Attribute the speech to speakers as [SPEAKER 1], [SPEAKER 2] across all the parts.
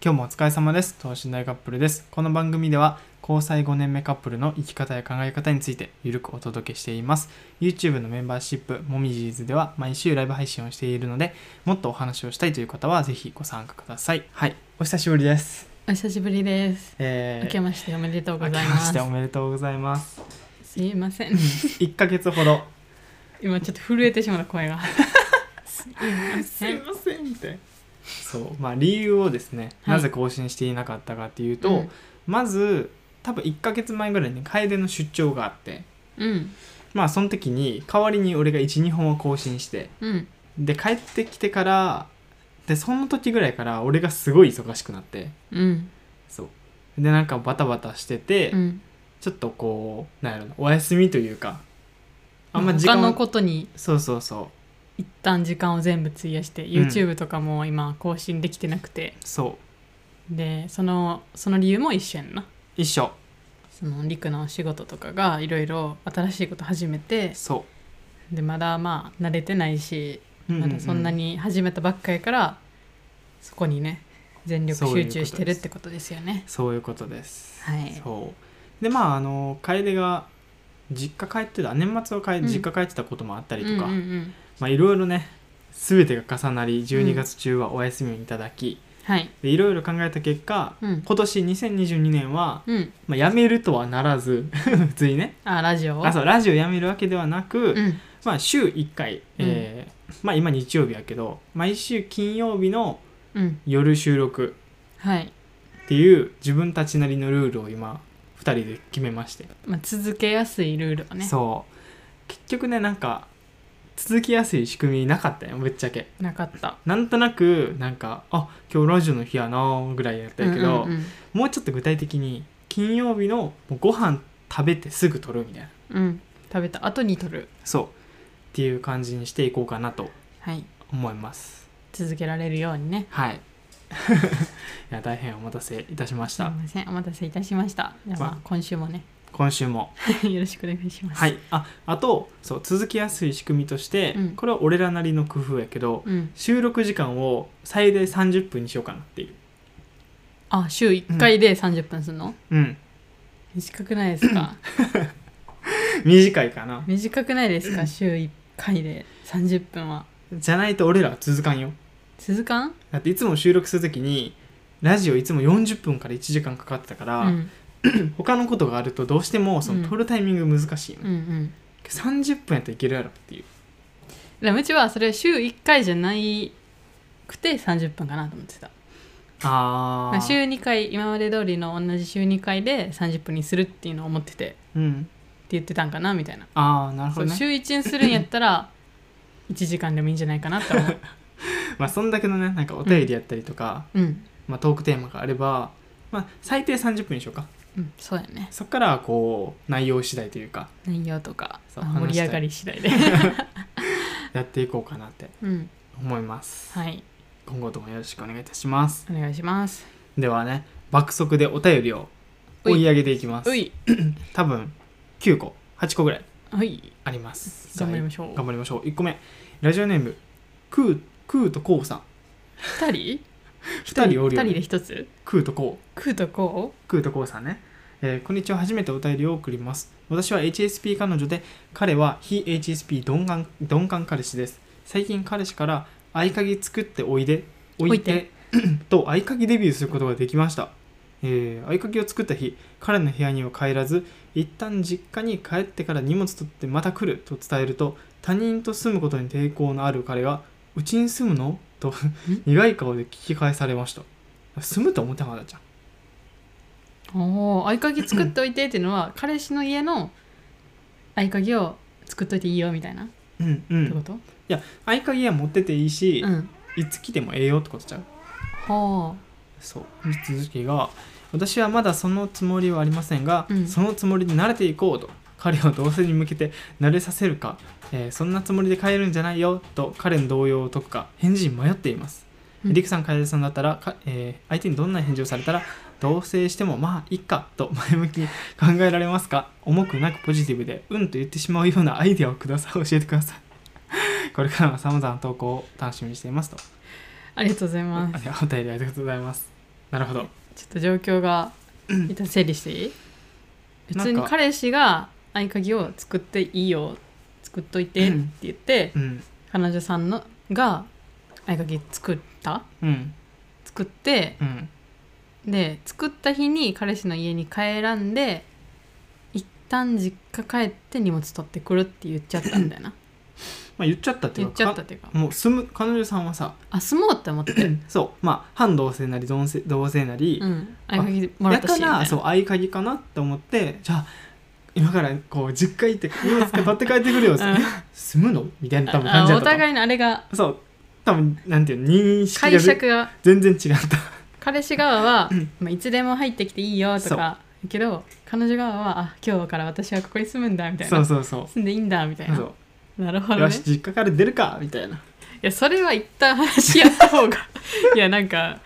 [SPEAKER 1] 今日もお疲れ様です等身大カップルですこの番組では交際5年目カップルの生き方や考え方についてゆるくお届けしています YouTube のメンバーシップもみじーずでは毎週ライブ配信をしているのでもっとお話をしたいという方はぜひご参加くださいはいお久しぶりです
[SPEAKER 2] お久しぶりです。
[SPEAKER 1] えー
[SPEAKER 2] 明けましておめでとうござい
[SPEAKER 1] 明け
[SPEAKER 2] ま
[SPEAKER 1] まし
[SPEAKER 2] す
[SPEAKER 1] て。おめでとうございます
[SPEAKER 2] すいません。
[SPEAKER 1] 1ヶ月ほど
[SPEAKER 2] 今ちょっと震えてしまった声が。すいません。
[SPEAKER 1] ませんみたいなそうまあ理由をですね、
[SPEAKER 2] はい
[SPEAKER 1] なぜ更新していなかったかっていうと、
[SPEAKER 2] うん
[SPEAKER 1] まず多分1ヶ月前ぐらいに楓の出張があって
[SPEAKER 2] うん。
[SPEAKER 1] まあその時に代わりに俺が12本を更新して
[SPEAKER 2] うん。
[SPEAKER 1] で帰ってきてからでその時ぐらいから俺がすごい忙しくなって
[SPEAKER 2] うん。
[SPEAKER 1] そうでなんかバタバタしてて、
[SPEAKER 2] うん。
[SPEAKER 1] ちょっとこうなんやろなお休みというかあんま時
[SPEAKER 2] 他
[SPEAKER 1] 間
[SPEAKER 2] の
[SPEAKER 1] を
[SPEAKER 2] ことに
[SPEAKER 1] そうそうそう
[SPEAKER 2] 一旦時間を全部費やして、YouTube とかも今更新できてなくて、
[SPEAKER 1] そう
[SPEAKER 2] で、その、その理由も一緒やんな。
[SPEAKER 1] 一緒
[SPEAKER 2] その、りくのお仕事とかがいろいろ新しいこと始めて、
[SPEAKER 1] そ
[SPEAKER 2] で、まだまあ慣れてないし、
[SPEAKER 1] う,ううう、
[SPEAKER 2] まだそんなに始めたばっかりから、そこにね、全力
[SPEAKER 1] そういう
[SPEAKER 2] 集
[SPEAKER 1] ことで
[SPEAKER 2] 中
[SPEAKER 1] す
[SPEAKER 2] してるってことですよね。
[SPEAKER 1] そういうことです。
[SPEAKER 2] はい。
[SPEAKER 1] そうでまああの楓が実家帰ってた年末を帰、
[SPEAKER 2] うん
[SPEAKER 1] 実家帰ってたこともあったりとか、
[SPEAKER 2] うんうんうん
[SPEAKER 1] まあいろいろね全てが重なり12月中はお休みをいただき、
[SPEAKER 2] はい。
[SPEAKER 1] でいろいろ考えた結果
[SPEAKER 2] うん。
[SPEAKER 1] 今年2022年は、
[SPEAKER 2] うん。
[SPEAKER 1] まあ、やめるとはならず 普通にね
[SPEAKER 2] あ、ラジオを
[SPEAKER 1] あそうラジオやめるわけではなく、
[SPEAKER 2] うん。
[SPEAKER 1] まあ、週1回、えーまあ、今日曜日やけど毎週金曜日の
[SPEAKER 2] うん。
[SPEAKER 1] 夜収録
[SPEAKER 2] はい。
[SPEAKER 1] っていう自分たちなりのルールを今2人で決めまして、
[SPEAKER 2] まあ、続けやすいルールをね。
[SPEAKER 1] そう結局ねなんか続きやすい仕組みなかったよぶっちゃけ
[SPEAKER 2] なかった。
[SPEAKER 1] なんとなくなんかあ今日ラジオの日やなーぐらいやったんやけど、
[SPEAKER 2] うんうん
[SPEAKER 1] もうちょっと具体的に金曜日のもうご飯食べてすぐ撮るみたいな
[SPEAKER 2] うん、うん食べた後に取る。
[SPEAKER 1] そうっていう感じにしていこうかなと
[SPEAKER 2] はい。
[SPEAKER 1] 思います
[SPEAKER 2] 続けられるようにね。
[SPEAKER 1] はいいや大変お待たせいたしますし
[SPEAKER 2] み
[SPEAKER 1] た、
[SPEAKER 2] ません。お待たせいたしました。では、
[SPEAKER 1] まあ
[SPEAKER 2] まあ、今週もね、
[SPEAKER 1] 今週も
[SPEAKER 2] よろしくお願いします。
[SPEAKER 1] はい、ああとそう続きやすい仕組みとして、
[SPEAKER 2] うん
[SPEAKER 1] これは俺らなりの工夫やけど
[SPEAKER 2] うん。
[SPEAKER 1] 収録時間を最大30分にしようかなっていう
[SPEAKER 2] あ、週一回で30分するの、
[SPEAKER 1] うん
[SPEAKER 2] 短くないですか
[SPEAKER 1] 短いかな
[SPEAKER 2] 短くないですか週一回で30分は。
[SPEAKER 1] じゃないと俺らは続かんよ
[SPEAKER 2] 続かん
[SPEAKER 1] だっていつも収録するときにラジオいつも40分から1時間かかってたから、
[SPEAKER 2] うん。
[SPEAKER 1] 他のことがあるとどうしてもその
[SPEAKER 2] うん
[SPEAKER 1] 撮るタイミング難しいよ
[SPEAKER 2] うんう
[SPEAKER 1] ね、
[SPEAKER 2] ん。
[SPEAKER 1] 30分やったらいけるやろっていう
[SPEAKER 2] でもうちはそれ週1回じゃないくて30分かなと思ってた
[SPEAKER 1] あ
[SPEAKER 2] 週2回今まで通りの同じ週2回で30分にするっていうのを思っててって
[SPEAKER 1] うん
[SPEAKER 2] 言ってたんかなみたいな、
[SPEAKER 1] ああなるほ
[SPEAKER 2] そ
[SPEAKER 1] ど
[SPEAKER 2] う
[SPEAKER 1] ね
[SPEAKER 2] 週1にするんやったら1時間でもいいんじゃないかなっ て思う
[SPEAKER 1] まあそんだけのねなんかお便りやったりとか、
[SPEAKER 2] うん、
[SPEAKER 1] まあ、トークテーマがあれば、まあ、最低30分にしようか
[SPEAKER 2] うん、そうやね
[SPEAKER 1] そこからはこう内容次第というか
[SPEAKER 2] 内容とか
[SPEAKER 1] そう
[SPEAKER 2] まあ盛り上がり次 第で
[SPEAKER 1] やっていこうかなって
[SPEAKER 2] うん
[SPEAKER 1] 思います、
[SPEAKER 2] はい
[SPEAKER 1] 今後ともよろしくお願いいたします
[SPEAKER 2] お願いします
[SPEAKER 1] ではね爆速でお便りを追い上げていきます
[SPEAKER 2] うい
[SPEAKER 1] 多分9個8個ぐらいう
[SPEAKER 2] い
[SPEAKER 1] あります
[SPEAKER 2] 頑張りましょう
[SPEAKER 1] じゃあ頑張りましょう1個目ラジオネームクークーとコウさん
[SPEAKER 2] 2人
[SPEAKER 1] 2人おるよ、
[SPEAKER 2] 二人で
[SPEAKER 1] ね、
[SPEAKER 2] 1つ
[SPEAKER 1] クーとコウ
[SPEAKER 2] 食うとこ
[SPEAKER 1] クーとコウさんね、えーこんにちは初めてお便りを送ります私は HSP 彼女で彼は非 HSP 鈍感鈍感彼氏です最近彼氏から合鍵作っておいでおいて と合鍵デビューすることができました、えー合鍵を作った日彼の部屋には帰らず一旦実家に帰ってから荷物取ってまた来ると伝えると他人と住むことに抵抗のある彼が「うちに住むの?」と 苦い顔で聞き返されました住むと思ってなかったじゃん
[SPEAKER 2] おお合鍵作っておいてっていう のは彼氏の家の合鍵を作っといていいよみたいなっ
[SPEAKER 1] うんう
[SPEAKER 2] てこ
[SPEAKER 1] ん、
[SPEAKER 2] と
[SPEAKER 1] 合鍵は持ってていいし、
[SPEAKER 2] うん
[SPEAKER 1] いつ来てもええよってことちゃう
[SPEAKER 2] ほ
[SPEAKER 1] そう続きが私はまだそのつもりはありませんが、
[SPEAKER 2] うん
[SPEAKER 1] そのつもりで慣れていこうと彼を同性に向けて慣れさせるか、えーそんなつもりで帰るんじゃないよと彼の動揺を解くか返事に迷っています、
[SPEAKER 2] うん
[SPEAKER 1] リクさん楓さんだったらか、えー相手にどんな返事をされたら同棲してもまあいいかと前向きに考えられますか重くなくポジティブでうんと言ってしまうようなアイデアをください教えてくださいこれからもさまざまな投稿を楽しみにしていますと
[SPEAKER 2] うありがとうございます
[SPEAKER 1] あお便りありがとうございますなるほど
[SPEAKER 2] ちょっと状況が一旦整理していい普
[SPEAKER 1] なんか
[SPEAKER 2] 通に彼氏が合鍵を作っていいよ作っといてっ
[SPEAKER 1] う
[SPEAKER 2] て
[SPEAKER 1] ん
[SPEAKER 2] 言って、
[SPEAKER 1] うん
[SPEAKER 2] 彼女さんのが合鍵作った
[SPEAKER 1] うん
[SPEAKER 2] 作って
[SPEAKER 1] うん
[SPEAKER 2] で作った日に彼氏の家に帰らんで一旦実家帰って荷物取ってくるって言っちゃったんだよな
[SPEAKER 1] まあ言っちゃったってい
[SPEAKER 2] 言
[SPEAKER 1] う
[SPEAKER 2] っちゃ
[SPEAKER 1] か
[SPEAKER 2] ったっていうか
[SPEAKER 1] もう住む彼女さんはさ
[SPEAKER 2] あ住もうって思って、う
[SPEAKER 1] そうまあ半同性なり同性同性なり、
[SPEAKER 2] ん、合鍵も
[SPEAKER 1] だ
[SPEAKER 2] らったし
[SPEAKER 1] か
[SPEAKER 2] みたい
[SPEAKER 1] ら
[SPEAKER 2] な
[SPEAKER 1] そう合鍵かなって思ってじゃあ今からこう実家行って荷物取って帰ってくるよ、
[SPEAKER 2] ん
[SPEAKER 1] え住むのみたいな多分
[SPEAKER 2] あ
[SPEAKER 1] 感じだ
[SPEAKER 2] お
[SPEAKER 1] ったと思
[SPEAKER 2] 互いのあれが
[SPEAKER 1] うそう多分なんていうの認識
[SPEAKER 2] 解
[SPEAKER 1] がぜ
[SPEAKER 2] 釈が
[SPEAKER 1] 全然違った
[SPEAKER 2] 彼氏側は、まあ、いつでも入ってきていいよと
[SPEAKER 1] そ
[SPEAKER 2] か
[SPEAKER 1] う
[SPEAKER 2] だけど彼女側はあ今日から私はここに住むんだみたいな
[SPEAKER 1] そうそうそう
[SPEAKER 2] 住んでいいんだみたいな
[SPEAKER 1] そう
[SPEAKER 2] なるほど
[SPEAKER 1] よ
[SPEAKER 2] ね
[SPEAKER 1] し
[SPEAKER 2] い
[SPEAKER 1] 実家から出るかみたいな
[SPEAKER 2] やそれは一旦話し合った方がいやなんか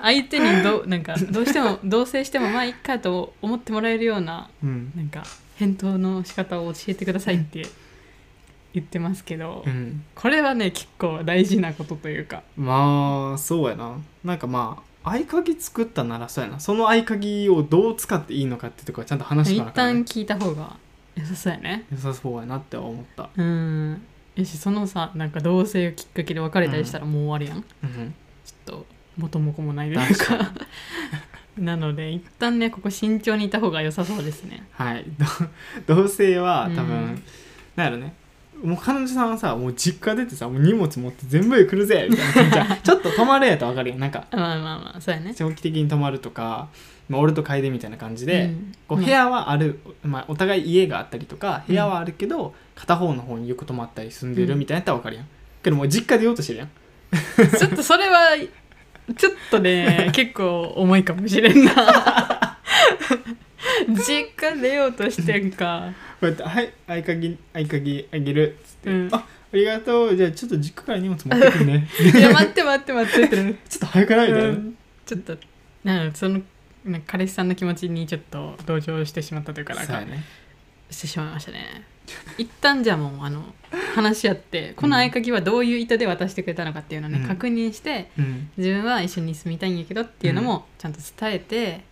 [SPEAKER 2] 相手にどうなんかどうしても同棲してもまあいっかと思ってもらえるような
[SPEAKER 1] うん
[SPEAKER 2] なんか返答の仕方を教えてくださいって言ってますけど、
[SPEAKER 1] うん
[SPEAKER 2] これはね結構大事なことというか
[SPEAKER 1] まあそうやななんかまあ合鍵作ったならそうやなその合鍵をどう使っていいのかってとこはちゃんと話し
[SPEAKER 2] 一
[SPEAKER 1] からからね
[SPEAKER 2] 旦聞いた方が良さそうやね
[SPEAKER 1] 良さそうやなって思った
[SPEAKER 2] うんよしそのさなんか同棲をきっかけで別れたりしたらもう終わるやん、ち
[SPEAKER 1] うん
[SPEAKER 2] ょっと元も子もないという
[SPEAKER 1] 確
[SPEAKER 2] か なので一旦ねここ慎重にいた方が良さそうですね
[SPEAKER 1] はいど 同性は多分、
[SPEAKER 2] うん
[SPEAKER 1] なんやろねもう彼女さんはさもう実家出てさもう荷物持って全部で来るぜみたいな感じじゃ んちょっと泊まるやと分かるよなんか
[SPEAKER 2] まあまあまあそうやね
[SPEAKER 1] 長期的に泊まるとか、まあ、俺と楓みたいな感じで、
[SPEAKER 2] うん
[SPEAKER 1] こう部屋はある、まあ、お互い家があったりとか部屋はあるけど、片方の方によく泊まったり住んでるみたいなやったら分かるやん、けどもう実家出ようとしてるやん
[SPEAKER 2] ちょっとそれはちょっと ね結構重いかもしれんな実家出ようとしてんか
[SPEAKER 1] こうやって「はい合鍵合鍵あげる」っつって「
[SPEAKER 2] うん
[SPEAKER 1] あありがとうじゃあちょっと実家から荷物持ってくる ね」
[SPEAKER 2] いや待って待って待ってってなる
[SPEAKER 1] ちょっと早くないみたいな、
[SPEAKER 2] うんちょっとなんかそのなんか彼氏さんの気持ちにちょっと同情してしまったというかなん
[SPEAKER 1] そう
[SPEAKER 2] か
[SPEAKER 1] やね
[SPEAKER 2] してしまいましたね一旦じゃあもうあの話し合ってこの合鍵はどういう意図で渡してくれたのかっていうのをね、
[SPEAKER 1] うん
[SPEAKER 2] 確認して
[SPEAKER 1] うん
[SPEAKER 2] 自分は一緒に住みたいんやけどっていうのもちゃんと伝えて、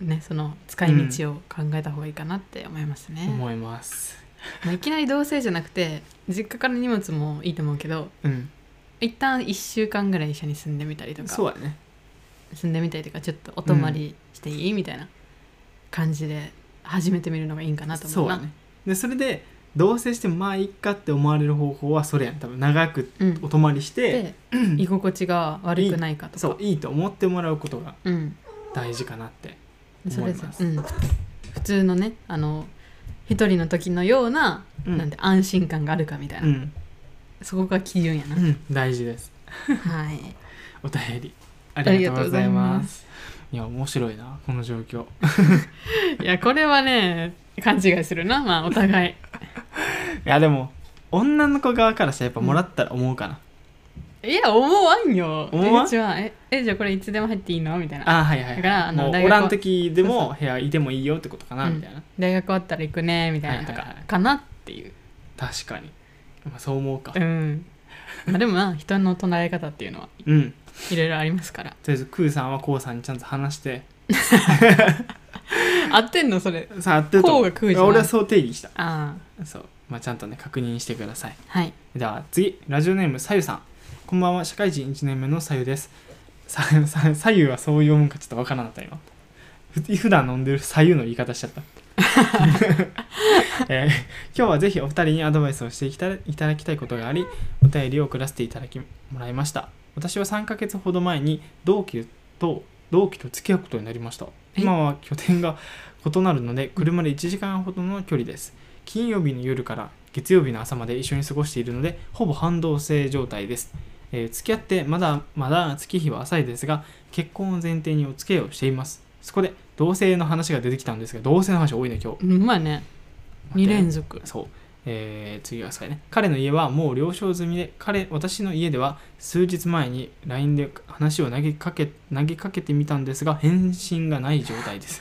[SPEAKER 2] ねその使い道を考えた方がいいかなって思いますね、ま
[SPEAKER 1] 思います
[SPEAKER 2] あ、いきなり同棲じゃなくて実家から荷物もいいと思うけど
[SPEAKER 1] うん
[SPEAKER 2] 一旦1週間ぐらい一緒に住んでみたりとか
[SPEAKER 1] そうやね
[SPEAKER 2] 住んでみたりとかちょっとお泊まりしていい、みたいな感じで始めてみるのがいいんかなと思
[SPEAKER 1] そうう
[SPEAKER 2] な
[SPEAKER 1] やねでそれで同棲してもまあいいかって思われる方法はそれやん多分長く
[SPEAKER 2] うん
[SPEAKER 1] お泊まりして
[SPEAKER 2] で居心地が悪くないかとか
[SPEAKER 1] そういいと思ってもらうことが
[SPEAKER 2] うん、
[SPEAKER 1] 大事かなって
[SPEAKER 2] それ
[SPEAKER 1] 思い
[SPEAKER 2] ぞ
[SPEAKER 1] ます
[SPEAKER 2] れ、うん、普通のねあの一人の時のような,、
[SPEAKER 1] うん
[SPEAKER 2] なんて安心感があるかみたいな、
[SPEAKER 1] うん、
[SPEAKER 2] そこが基準やな、
[SPEAKER 1] うん、大事です
[SPEAKER 2] はい
[SPEAKER 1] お便りあ
[SPEAKER 2] り
[SPEAKER 1] り
[SPEAKER 2] が
[SPEAKER 1] がとうご
[SPEAKER 2] とうござ
[SPEAKER 1] ざい
[SPEAKER 2] いま
[SPEAKER 1] ますいや面 白いなこの状況
[SPEAKER 2] いやこれはね勘違いするなまあお互い
[SPEAKER 1] いやでも女の子側からしたらやっぱもらったら思うかな、
[SPEAKER 2] いや思わんよ
[SPEAKER 1] 思わん
[SPEAKER 2] うちはええじゃあこれいつでも入っていいのみたいな
[SPEAKER 1] ああはいはい
[SPEAKER 2] だからあの
[SPEAKER 1] もう
[SPEAKER 2] 大
[SPEAKER 1] お
[SPEAKER 2] 学は
[SPEAKER 1] らん時でも部屋いてもいいよってことかな
[SPEAKER 2] うん
[SPEAKER 1] みたいな、
[SPEAKER 2] 大学終わったら行くねみたいなと
[SPEAKER 1] はいはいは
[SPEAKER 2] か
[SPEAKER 1] い
[SPEAKER 2] かなっていう
[SPEAKER 1] 確かに、まあ、そう思うか
[SPEAKER 2] うんまあでもな人の唱え方っていうのは
[SPEAKER 1] うん
[SPEAKER 2] いろいろありますから
[SPEAKER 1] とりあえずクーさんはコウさんにちゃんと話して
[SPEAKER 2] 合ってんのそれ
[SPEAKER 1] さあ合ってると
[SPEAKER 2] こう
[SPEAKER 1] 思
[SPEAKER 2] が空じゃない
[SPEAKER 1] 俺はそう定義した
[SPEAKER 2] ああ
[SPEAKER 1] そう、まあ、ちゃんとね確認してください
[SPEAKER 2] はい
[SPEAKER 1] では次ラジオネームさゆさんこんばんは社会人1年目のさゆですさささゆはそう読むんかちょっとわからなかった今ふ普段飲んでるさゆの言い方しちゃった、えー 今日はぜひお二人にアドバイスをしていきたいただきたいことがありお便りを送らせていただきもらいました私は3ヶ月ほど前に同期と同期と付き合うことになりました
[SPEAKER 2] え
[SPEAKER 1] 今は拠点が異なるので車で1時間ほどの距離です金曜日の夜から月曜日の朝まで一緒に過ごしているのでほぼ半同性状態です、えー付き合ってまだまだ月日は浅いですが結婚を前提にお付き合いをしていますそこで同性の話が出てきたんですが同性の話多いね今日
[SPEAKER 2] うまいね2連続
[SPEAKER 1] そう、えー次はですかね彼の家はもう了承済みで彼私の家では数日前に LINE で話を投げかけ投げかけてみたんですが返信がない状態です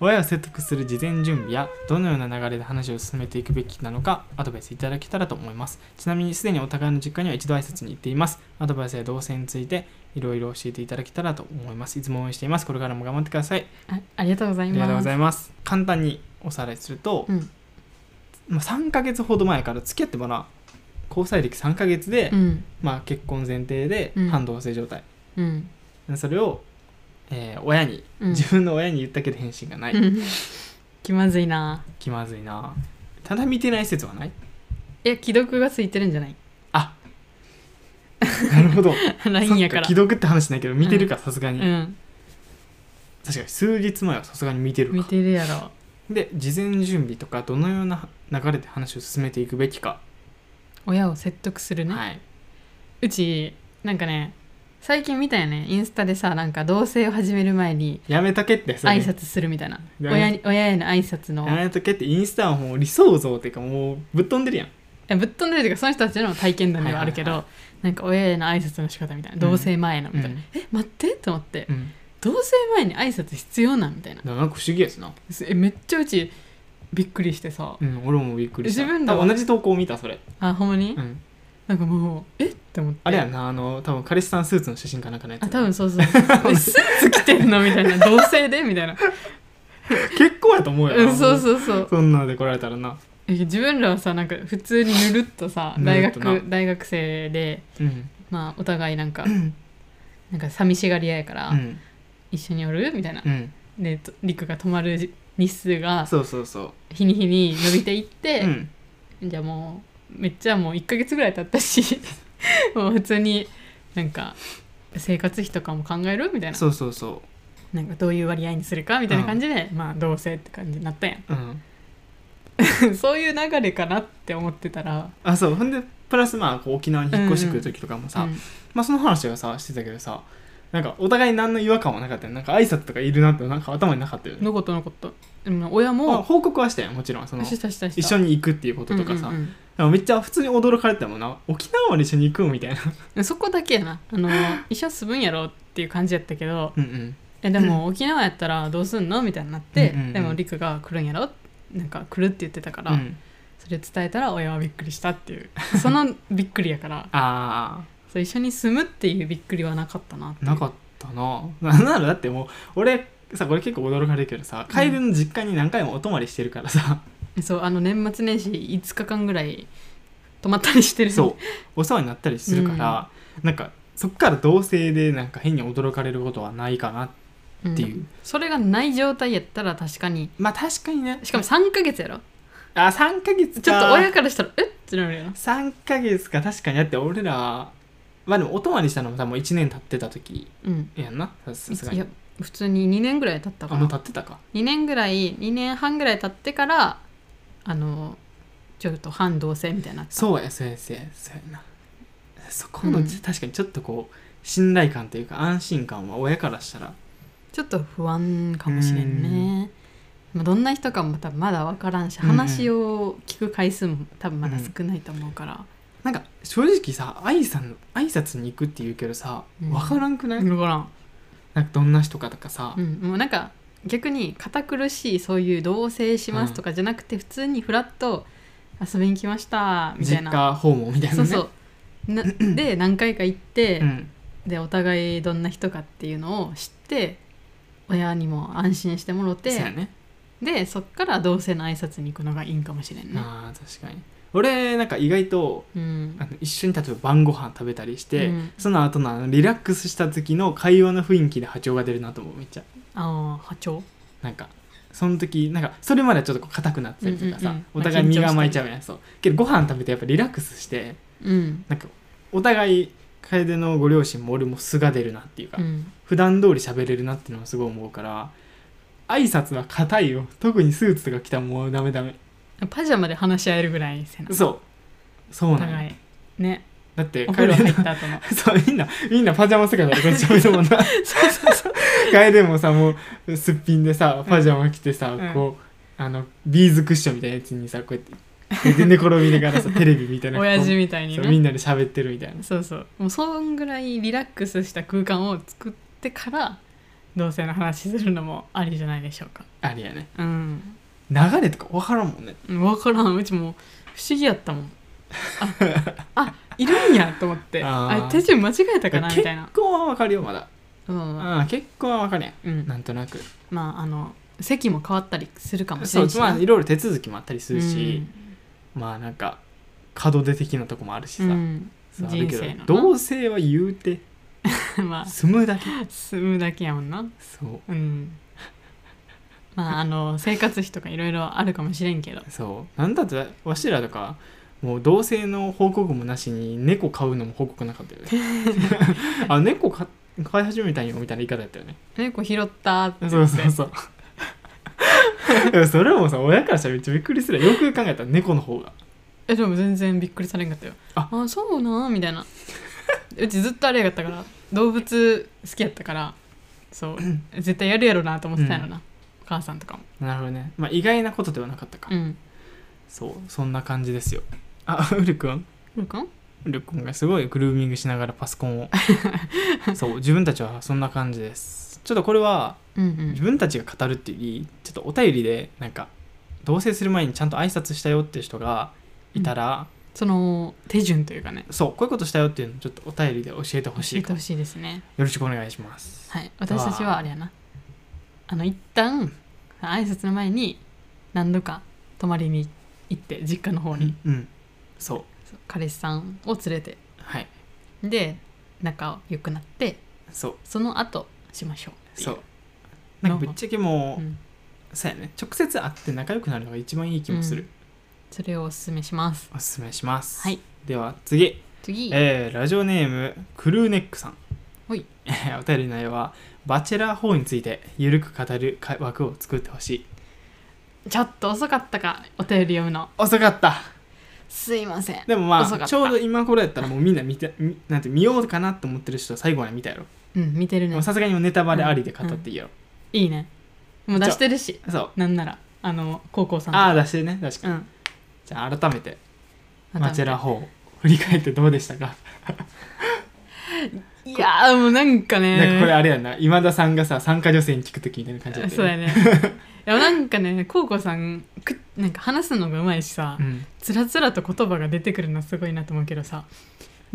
[SPEAKER 1] お 親を説得する事前準備やどのような流れで話を進めていくべきなのかアドバイスいただけたらと思いますちなみにすでにお互いの実家には一度挨拶に行っていますアドバイスや動線についていろいろ教えていただけたらと思いますいつも応援していますこれからも頑張ってください
[SPEAKER 2] あありがとうござい
[SPEAKER 1] あ
[SPEAKER 2] ます
[SPEAKER 1] りがとうございます簡単におさらいすると、
[SPEAKER 2] うん
[SPEAKER 1] まあ、3ヶ月ほど前から付き合ってばな交際歴3ヶ月で、
[SPEAKER 2] うん
[SPEAKER 1] まあ、結婚前提で
[SPEAKER 2] うん
[SPEAKER 1] 半同棲状態、
[SPEAKER 2] うん
[SPEAKER 1] それを、えー親に、
[SPEAKER 2] うん
[SPEAKER 1] 自分の親に言ったけど返信がない、
[SPEAKER 2] うん 気まずいな
[SPEAKER 1] 気まずいなただ見てない説は ない
[SPEAKER 2] いや既読がついてるんじゃない
[SPEAKER 1] あなるほど
[SPEAKER 2] LINE やから
[SPEAKER 1] そっ既読って話しないけど見てるかさすがに、
[SPEAKER 2] うん
[SPEAKER 1] 確かに数日前はさすがに見てる
[SPEAKER 2] 見
[SPEAKER 1] か
[SPEAKER 2] てるやろ
[SPEAKER 1] で事前準備とかどのような流れで話を進めていくべきか、
[SPEAKER 2] 親を説得するね、
[SPEAKER 1] はい、
[SPEAKER 2] うちなんかね最近見たよねインスタでさなんか同棲を始める前に
[SPEAKER 1] やめとけってそれ
[SPEAKER 2] 挨拶するみたいな
[SPEAKER 1] で
[SPEAKER 2] 親に親への挨拶の
[SPEAKER 1] やめとけってインスタはもう理想像っていうかもうぶっ飛んでるやん
[SPEAKER 2] えぶっ飛んでるというかその人たちの体験談ではあるけど、
[SPEAKER 1] はい
[SPEAKER 2] なんか親への挨拶の仕方みたいな、
[SPEAKER 1] うん
[SPEAKER 2] 同棲前のみたいな、
[SPEAKER 1] うん
[SPEAKER 2] え待ってと思って、
[SPEAKER 1] うん、
[SPEAKER 2] 同棲前に挨拶必要なんみたい
[SPEAKER 1] だ
[SPEAKER 2] な
[SPEAKER 1] からなんか不思議やしな、
[SPEAKER 2] えめっちゃうちびっくりしてさ
[SPEAKER 1] うん、俺もびっくりした
[SPEAKER 2] 自分らは
[SPEAKER 1] 多分同じ投稿を見たそれ、
[SPEAKER 2] あほんまに、
[SPEAKER 1] うん、
[SPEAKER 2] なんかもうえって思って
[SPEAKER 1] あれやんなあの多分彼氏さんスーツの写真かなんかのやつ
[SPEAKER 2] あ多分そうそ うえスーツ着てんのみたいな同棲でみたいな、
[SPEAKER 1] 結構やと思うよ
[SPEAKER 2] うん、そう
[SPEAKER 1] う
[SPEAKER 2] そうそう
[SPEAKER 1] そんなので来られたらな
[SPEAKER 2] え自分らはさなんか普通にぬるっとさ
[SPEAKER 1] ぬ
[SPEAKER 2] 大
[SPEAKER 1] るっとな
[SPEAKER 2] 学大学生で
[SPEAKER 1] うん
[SPEAKER 2] まあお互いなんかなんか寂しがり屋やから、
[SPEAKER 1] うん
[SPEAKER 2] 一緒におるみたいな
[SPEAKER 1] うん
[SPEAKER 2] でとりくが泊まるじ日数が
[SPEAKER 1] そうそうそう
[SPEAKER 2] 日に日に伸びていって
[SPEAKER 1] う、ん
[SPEAKER 2] じゃあもうめっちゃもう1ヶ月ぐらい経ったし もう普通になんか生活費とかも考えるみたいな
[SPEAKER 1] そうそうそ
[SPEAKER 2] なんかどういう割合にするかみたいな感じで、まあ同棲って感じになったや
[SPEAKER 1] ううん
[SPEAKER 2] ん そういう流れかなって思ってたら
[SPEAKER 1] あそうほんでプラスまあこう沖縄に引っ越してくる時とかもさ、
[SPEAKER 2] うん
[SPEAKER 1] まあその話はさしてたけどさなんかお互い何の違和感もなかったよなんか挨拶とかいるなってなんか頭になかったよね、
[SPEAKER 2] 残った残ったでも親
[SPEAKER 1] まあ、
[SPEAKER 2] も
[SPEAKER 1] 報告はしたよもちろんその
[SPEAKER 2] したしたした
[SPEAKER 1] 一緒に行くっていうこととかさ、
[SPEAKER 2] うんうんうん
[SPEAKER 1] でもめっちゃ普通に驚かれてたもんな沖縄まで一緒に行くんみたいな
[SPEAKER 2] そこだけやな あの一緒に住むんやろっていう感じやったけど
[SPEAKER 1] うんうん
[SPEAKER 2] えでも沖縄やったらどうすんのみたいになって、
[SPEAKER 1] うんうんうん
[SPEAKER 2] でもりくが来るんやろなんか来るって言ってたから、
[SPEAKER 1] うん
[SPEAKER 2] それを伝えたら親はびっくりしたっていうそ のびっくりやから
[SPEAKER 1] ああ
[SPEAKER 2] そう一緒に住むっていうびっくりはなかったなっていう
[SPEAKER 1] なかったな。なんならだってもう俺さこれ結構驚かれるけどさカエルの実家に何回もお泊まりしてるからさ、
[SPEAKER 2] そうあの年末年始5日間ぐらい泊まったりしてる
[SPEAKER 1] そうお世話になったりするから、なんかそっから同性でなんか変に驚かれることはないかな
[SPEAKER 2] うん、
[SPEAKER 1] っていう
[SPEAKER 2] それがない状態やったら確かに
[SPEAKER 1] まあ確かにね
[SPEAKER 2] しかも3ヶ月やろ
[SPEAKER 1] あ3ヶ月か
[SPEAKER 2] ちょっと親からしたらえっってなるよな
[SPEAKER 1] 3ヶ月か確かにだって俺らまあでもお泊まりしたのも多分1年経ってた時
[SPEAKER 2] うん
[SPEAKER 1] やんなささすが
[SPEAKER 2] い
[SPEAKER 1] に
[SPEAKER 2] や普通に2年ぐらい経った
[SPEAKER 1] あ
[SPEAKER 2] か
[SPEAKER 1] も
[SPEAKER 2] ら
[SPEAKER 1] う経ってたか
[SPEAKER 2] 2年ぐらい2年半ぐらい経ってからあのちょっと半同棲みたいにな
[SPEAKER 1] そうや先生そうやなそこの、
[SPEAKER 2] うん
[SPEAKER 1] 確かにちょっとこう信頼感というか安心感は親からしたら
[SPEAKER 2] ちょっと不安かもしれんね、まあ、どんな人かも多分まだ分からんし
[SPEAKER 1] うんうん
[SPEAKER 2] 話を聞く回数も多分まだ少ないと思うから、
[SPEAKER 1] なんか正直さ挨拶の挨拶に行くって言うけどさ
[SPEAKER 2] うん
[SPEAKER 1] 分からんくない、
[SPEAKER 2] 分からん
[SPEAKER 1] なんかどんな人かとかさ、
[SPEAKER 2] うん、もうなんか逆に堅苦しいそういう同棲しますとかじゃなくて普通にフラッと遊びに来ましたみたい
[SPEAKER 1] 実
[SPEAKER 2] な
[SPEAKER 1] 家訪問みたいなね
[SPEAKER 2] そうそうな で何回か行って、
[SPEAKER 1] うん、
[SPEAKER 2] でお互いどんな人かっていうのを知って親にも安心してもろ
[SPEAKER 1] そうや
[SPEAKER 2] て
[SPEAKER 1] ね
[SPEAKER 2] でそっから同棲の挨拶に行くのがいいんかもしれんね。
[SPEAKER 1] あー確かに俺なんか意外と
[SPEAKER 2] うん
[SPEAKER 1] あの一緒に例えば晩ご飯食べたりして、
[SPEAKER 2] うん
[SPEAKER 1] その後のあのリラックスした時の会話の雰囲気で波長が出るなと思うめっちゃ
[SPEAKER 2] あー波長
[SPEAKER 1] なんかその時なんかそれまではちょっとこう硬くなってたりとかさ、
[SPEAKER 2] うんうんうん
[SPEAKER 1] お互い身が甘えちゃうやんそうけどご飯食べてやっぱリラックスして
[SPEAKER 2] うん、
[SPEAKER 1] なんかお互い楓のご両親も俺も素が出るなっていうか、
[SPEAKER 2] うん、
[SPEAKER 1] 普段通り喋れるなっていうのはすごい思うから挨拶は硬いよ特にスーツとか着たらもうダメダメ
[SPEAKER 2] パジャマで話し合えるぐらいせな
[SPEAKER 1] そうそう
[SPEAKER 2] お
[SPEAKER 1] なの
[SPEAKER 2] 互いね
[SPEAKER 1] だって
[SPEAKER 2] お風呂
[SPEAKER 1] 楓
[SPEAKER 2] 入
[SPEAKER 1] の
[SPEAKER 2] った後の
[SPEAKER 1] そうみんなみんなパジャマ姿でこっち見てもんな
[SPEAKER 2] そうそうそう
[SPEAKER 1] 楓もさもうすっぴんでさパジャマ着てさ、
[SPEAKER 2] うん
[SPEAKER 1] こうあのビーズクッションみたいなやつにさこうやって寝転びながら さテレビみたいな
[SPEAKER 2] 親父
[SPEAKER 1] こ
[SPEAKER 2] みたいうに
[SPEAKER 1] そう
[SPEAKER 2] ね
[SPEAKER 1] みんなで喋ってるみたいな
[SPEAKER 2] そうそうもうそんぐらいリラックスした空間を作ってから同性の話するのもありじゃないでしょうか
[SPEAKER 1] ありやね
[SPEAKER 2] うん
[SPEAKER 1] 流れとか分からんもんね
[SPEAKER 2] 分からんうちも不思議やったもんああいるんやと思って
[SPEAKER 1] あ
[SPEAKER 2] あ
[SPEAKER 1] ー
[SPEAKER 2] 手順間違えたかなみ
[SPEAKER 1] 結
[SPEAKER 2] たいな
[SPEAKER 1] 婚は分かるよまだ、
[SPEAKER 2] うん、
[SPEAKER 1] うん、結婚は分かるやん
[SPEAKER 2] うん
[SPEAKER 1] なんとなく
[SPEAKER 2] まああの席も変わったりするかもし
[SPEAKER 1] そ
[SPEAKER 2] れ
[SPEAKER 1] う
[SPEAKER 2] ないし
[SPEAKER 1] まあ
[SPEAKER 2] ない
[SPEAKER 1] ろいろ手続きもあったりする
[SPEAKER 2] う
[SPEAKER 1] し
[SPEAKER 2] ん、
[SPEAKER 1] まあなんか門出的なとこもあるしさ、
[SPEAKER 2] うん
[SPEAKER 1] そうある
[SPEAKER 2] 人
[SPEAKER 1] けど
[SPEAKER 2] 生のな
[SPEAKER 1] 同性は言うて
[SPEAKER 2] まあ
[SPEAKER 1] 住むだけ
[SPEAKER 2] 住むだけやもんな
[SPEAKER 1] そう
[SPEAKER 2] うんまああの生活費とかいろいろあるかもしれんけど
[SPEAKER 1] そうなんだってわしらとかもう同性の報告もなしに猫飼うのも報告なか ったよねあ猫飼飼い始めたんよみたいな言い方やったよね
[SPEAKER 2] 猫拾ったって言って
[SPEAKER 1] そうそうそうでもそれもさ親からしたらめっちゃびっくりするよよくよく考えたら猫の方が
[SPEAKER 2] えでも全然びっくりされんかったよ
[SPEAKER 1] あ
[SPEAKER 2] あそうなんみたいなうちずっとあれやったから動物好きやったからそう絶対やるやろなと思ってたやろな、お母さんとかも
[SPEAKER 1] なるほどねまあ意外なことではなかったか、
[SPEAKER 2] うん
[SPEAKER 1] そうそんな感じですよあウル君
[SPEAKER 2] ふうくん
[SPEAKER 1] ウル君がすごいグルーミングしながらパソコ ンをそう自分たちはそんな感じですちょっとこれは
[SPEAKER 2] うんう
[SPEAKER 1] 自
[SPEAKER 2] ん
[SPEAKER 1] 分たちが語るっていうよりちょっとお便りでなんか同棲する前にちゃんと挨拶したよっていう人がいたら、
[SPEAKER 2] その手順というかね
[SPEAKER 1] そうこういうことしたよっていうのをちょっとお便りで教えてほし
[SPEAKER 2] 教え
[SPEAKER 1] いか
[SPEAKER 2] てほ
[SPEAKER 1] らよ
[SPEAKER 2] しいですね
[SPEAKER 1] ろしくお願いします
[SPEAKER 2] はい私たちはあれやなあの一旦挨拶の前に何度か泊まりに行って実家の方に、
[SPEAKER 1] うんそう
[SPEAKER 2] そう彼氏さんを連れて
[SPEAKER 1] はい
[SPEAKER 2] で仲良くなって
[SPEAKER 1] そう
[SPEAKER 2] その後しましょうってい
[SPEAKER 1] そうなんかぶっちゃけもう、
[SPEAKER 2] うん
[SPEAKER 1] そうやね直接会って仲良くなるのが一番いい気もする、
[SPEAKER 2] それをおすすめします
[SPEAKER 1] おすすめします、
[SPEAKER 2] はい
[SPEAKER 1] では次
[SPEAKER 2] 次
[SPEAKER 1] えーラジオネームクルーネックさん
[SPEAKER 2] ほい
[SPEAKER 1] え ーお便りの内容はバチェラー4についてゆるく語るか枠を作ってほしい
[SPEAKER 2] ちょっと遅かったかお便り読むの
[SPEAKER 1] 遅かった
[SPEAKER 2] すいません
[SPEAKER 1] でもま
[SPEAKER 2] 遅かっ
[SPEAKER 1] あ
[SPEAKER 2] た
[SPEAKER 1] ちょうど今頃やったらもうみんな見てみなんて見ようかなと思ってる人は最後まで見たやろ
[SPEAKER 2] うん見てる
[SPEAKER 1] で
[SPEAKER 2] ね
[SPEAKER 1] もさすがにもうネタバレありで語っていいやろ、
[SPEAKER 2] いいねもう出してるし
[SPEAKER 1] そう
[SPEAKER 2] なんならあの高校さん
[SPEAKER 1] ああ出してね確か
[SPEAKER 2] う
[SPEAKER 1] に、
[SPEAKER 2] ん
[SPEAKER 1] じゃあ改めて
[SPEAKER 2] また
[SPEAKER 1] バチェラー4を振り返ってどうでしたか、
[SPEAKER 2] いやーもうなんかね
[SPEAKER 1] なんかこれあれやな今田さんがさ参加女性に聞くときみたいな感じだった
[SPEAKER 2] そう
[SPEAKER 1] よ
[SPEAKER 2] や
[SPEAKER 1] ね
[SPEAKER 2] ねいやなんかねコウコさんくなんか話すのがうまいしさ、
[SPEAKER 1] うん
[SPEAKER 2] つらつらと言葉が出てくるのはすごいなと思うけどさ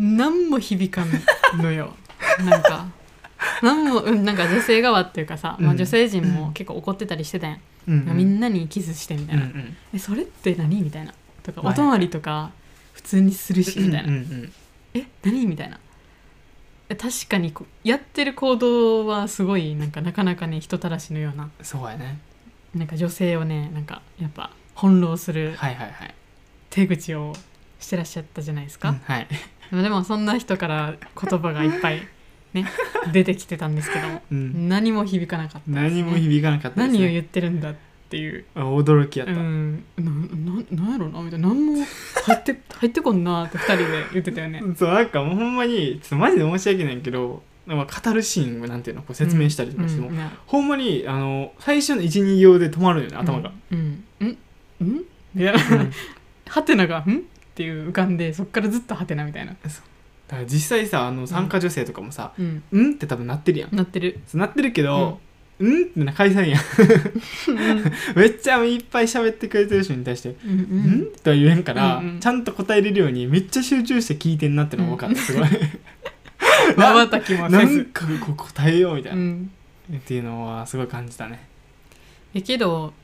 [SPEAKER 2] 何も響かん のよなんか何も、うん、なんか女性側っていうかさ、ま
[SPEAKER 1] う
[SPEAKER 2] あ、
[SPEAKER 1] ん
[SPEAKER 2] 女性陣も結構怒ってたりしてたやん、
[SPEAKER 1] うんうん
[SPEAKER 2] みんなにキスしてみたいな、
[SPEAKER 1] うんうん
[SPEAKER 2] えそれって何みたいなとか
[SPEAKER 1] はい
[SPEAKER 2] お泊まりとか普通にするしみたい
[SPEAKER 1] う
[SPEAKER 2] な、
[SPEAKER 1] んうん
[SPEAKER 2] え何みたいなえ確かにこうやってる行動はすごいなんかなかなかね人たらしのような
[SPEAKER 1] そうやね
[SPEAKER 2] なんか女性をねなんかやっぱ翻弄する
[SPEAKER 1] はいはいはい
[SPEAKER 2] 手口をしてらっしゃったじゃないです
[SPEAKER 1] うん
[SPEAKER 2] か、
[SPEAKER 1] はい
[SPEAKER 2] でもそんな人から言葉がいっぱい ね出てきてたんですけども
[SPEAKER 1] うん
[SPEAKER 2] 何も響かなかった、
[SPEAKER 1] 何も響かなかったです、
[SPEAKER 2] 何を
[SPEAKER 1] ね、
[SPEAKER 2] 言ってるんだっていう
[SPEAKER 1] 何を驚きやっ
[SPEAKER 2] う
[SPEAKER 1] た、
[SPEAKER 2] んなななんやろなみたいな何も入って入ってこんなって2人で言ってたよね
[SPEAKER 1] そうなんかもうほんまにちょっとマジで申し訳ないけどまあ語るシーンをなんていうのこう説明したりとかしても、
[SPEAKER 2] うんうん
[SPEAKER 1] ほんまにあの最初の12行で止まるよね頭が、
[SPEAKER 2] うんうんうんみたい
[SPEAKER 1] う
[SPEAKER 2] な
[SPEAKER 1] ん
[SPEAKER 2] ハテナが「ん?」っていう浮かんでそっからずっとハテナみたいな、
[SPEAKER 1] だから実際さあの参加女性とかもさ
[SPEAKER 2] うん、
[SPEAKER 1] 「うん?」って多分なってるやん
[SPEAKER 2] なってる
[SPEAKER 1] そうなってるけど「うん?」ってな解散やん めっちゃいっぱい喋ってくれてる人に対して
[SPEAKER 2] うんう
[SPEAKER 1] 「うん?」とは言えんから、
[SPEAKER 2] うんうん
[SPEAKER 1] ちゃんと答えれるようにめっちゃ集中して聞いてんなってのが分かったすごい
[SPEAKER 2] まばたきも
[SPEAKER 1] な
[SPEAKER 2] せ
[SPEAKER 1] ん
[SPEAKER 2] ず。
[SPEAKER 1] かこう答えようみたいうな、
[SPEAKER 2] ん、
[SPEAKER 1] っていうのはすごい感じたね
[SPEAKER 2] えけど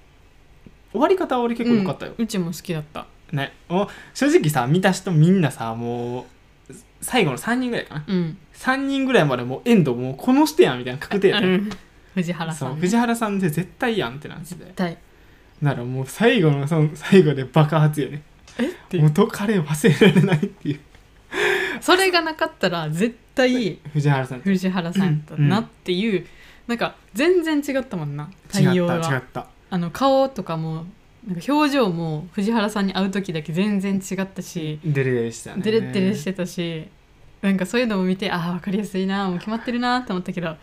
[SPEAKER 1] 終わり方は俺結構良かったよ、
[SPEAKER 2] うん、うちも好きだった
[SPEAKER 1] ね、お正直さ見た人みんなさもう最後の3人ぐらいかな
[SPEAKER 2] うん
[SPEAKER 1] 3人ぐらいまでもう遠藤もうこの人やんみたいな確定やった、
[SPEAKER 2] うん藤原
[SPEAKER 1] そ
[SPEAKER 2] さ
[SPEAKER 1] うん
[SPEAKER 2] ね、
[SPEAKER 1] 藤原さんで絶対やんってなってて
[SPEAKER 2] 対
[SPEAKER 1] ならもう最後のその最後で爆発よね
[SPEAKER 2] えっていう
[SPEAKER 1] 元彼を忘れられないっていう
[SPEAKER 2] それがなかったら絶対
[SPEAKER 1] 藤原さん違っ
[SPEAKER 2] 藤原さんやったなっていう、なんか全然違ったもんな
[SPEAKER 1] た
[SPEAKER 2] 対応
[SPEAKER 1] 違
[SPEAKER 2] が
[SPEAKER 1] った
[SPEAKER 2] あの顔とかもなんか表情も藤原さんに会う時だけ全然違ったし
[SPEAKER 1] デレデレしたね
[SPEAKER 2] デレッデレしてたしなんかそういうのも見てああ分かりやすいなもう決まってるなと思ったけど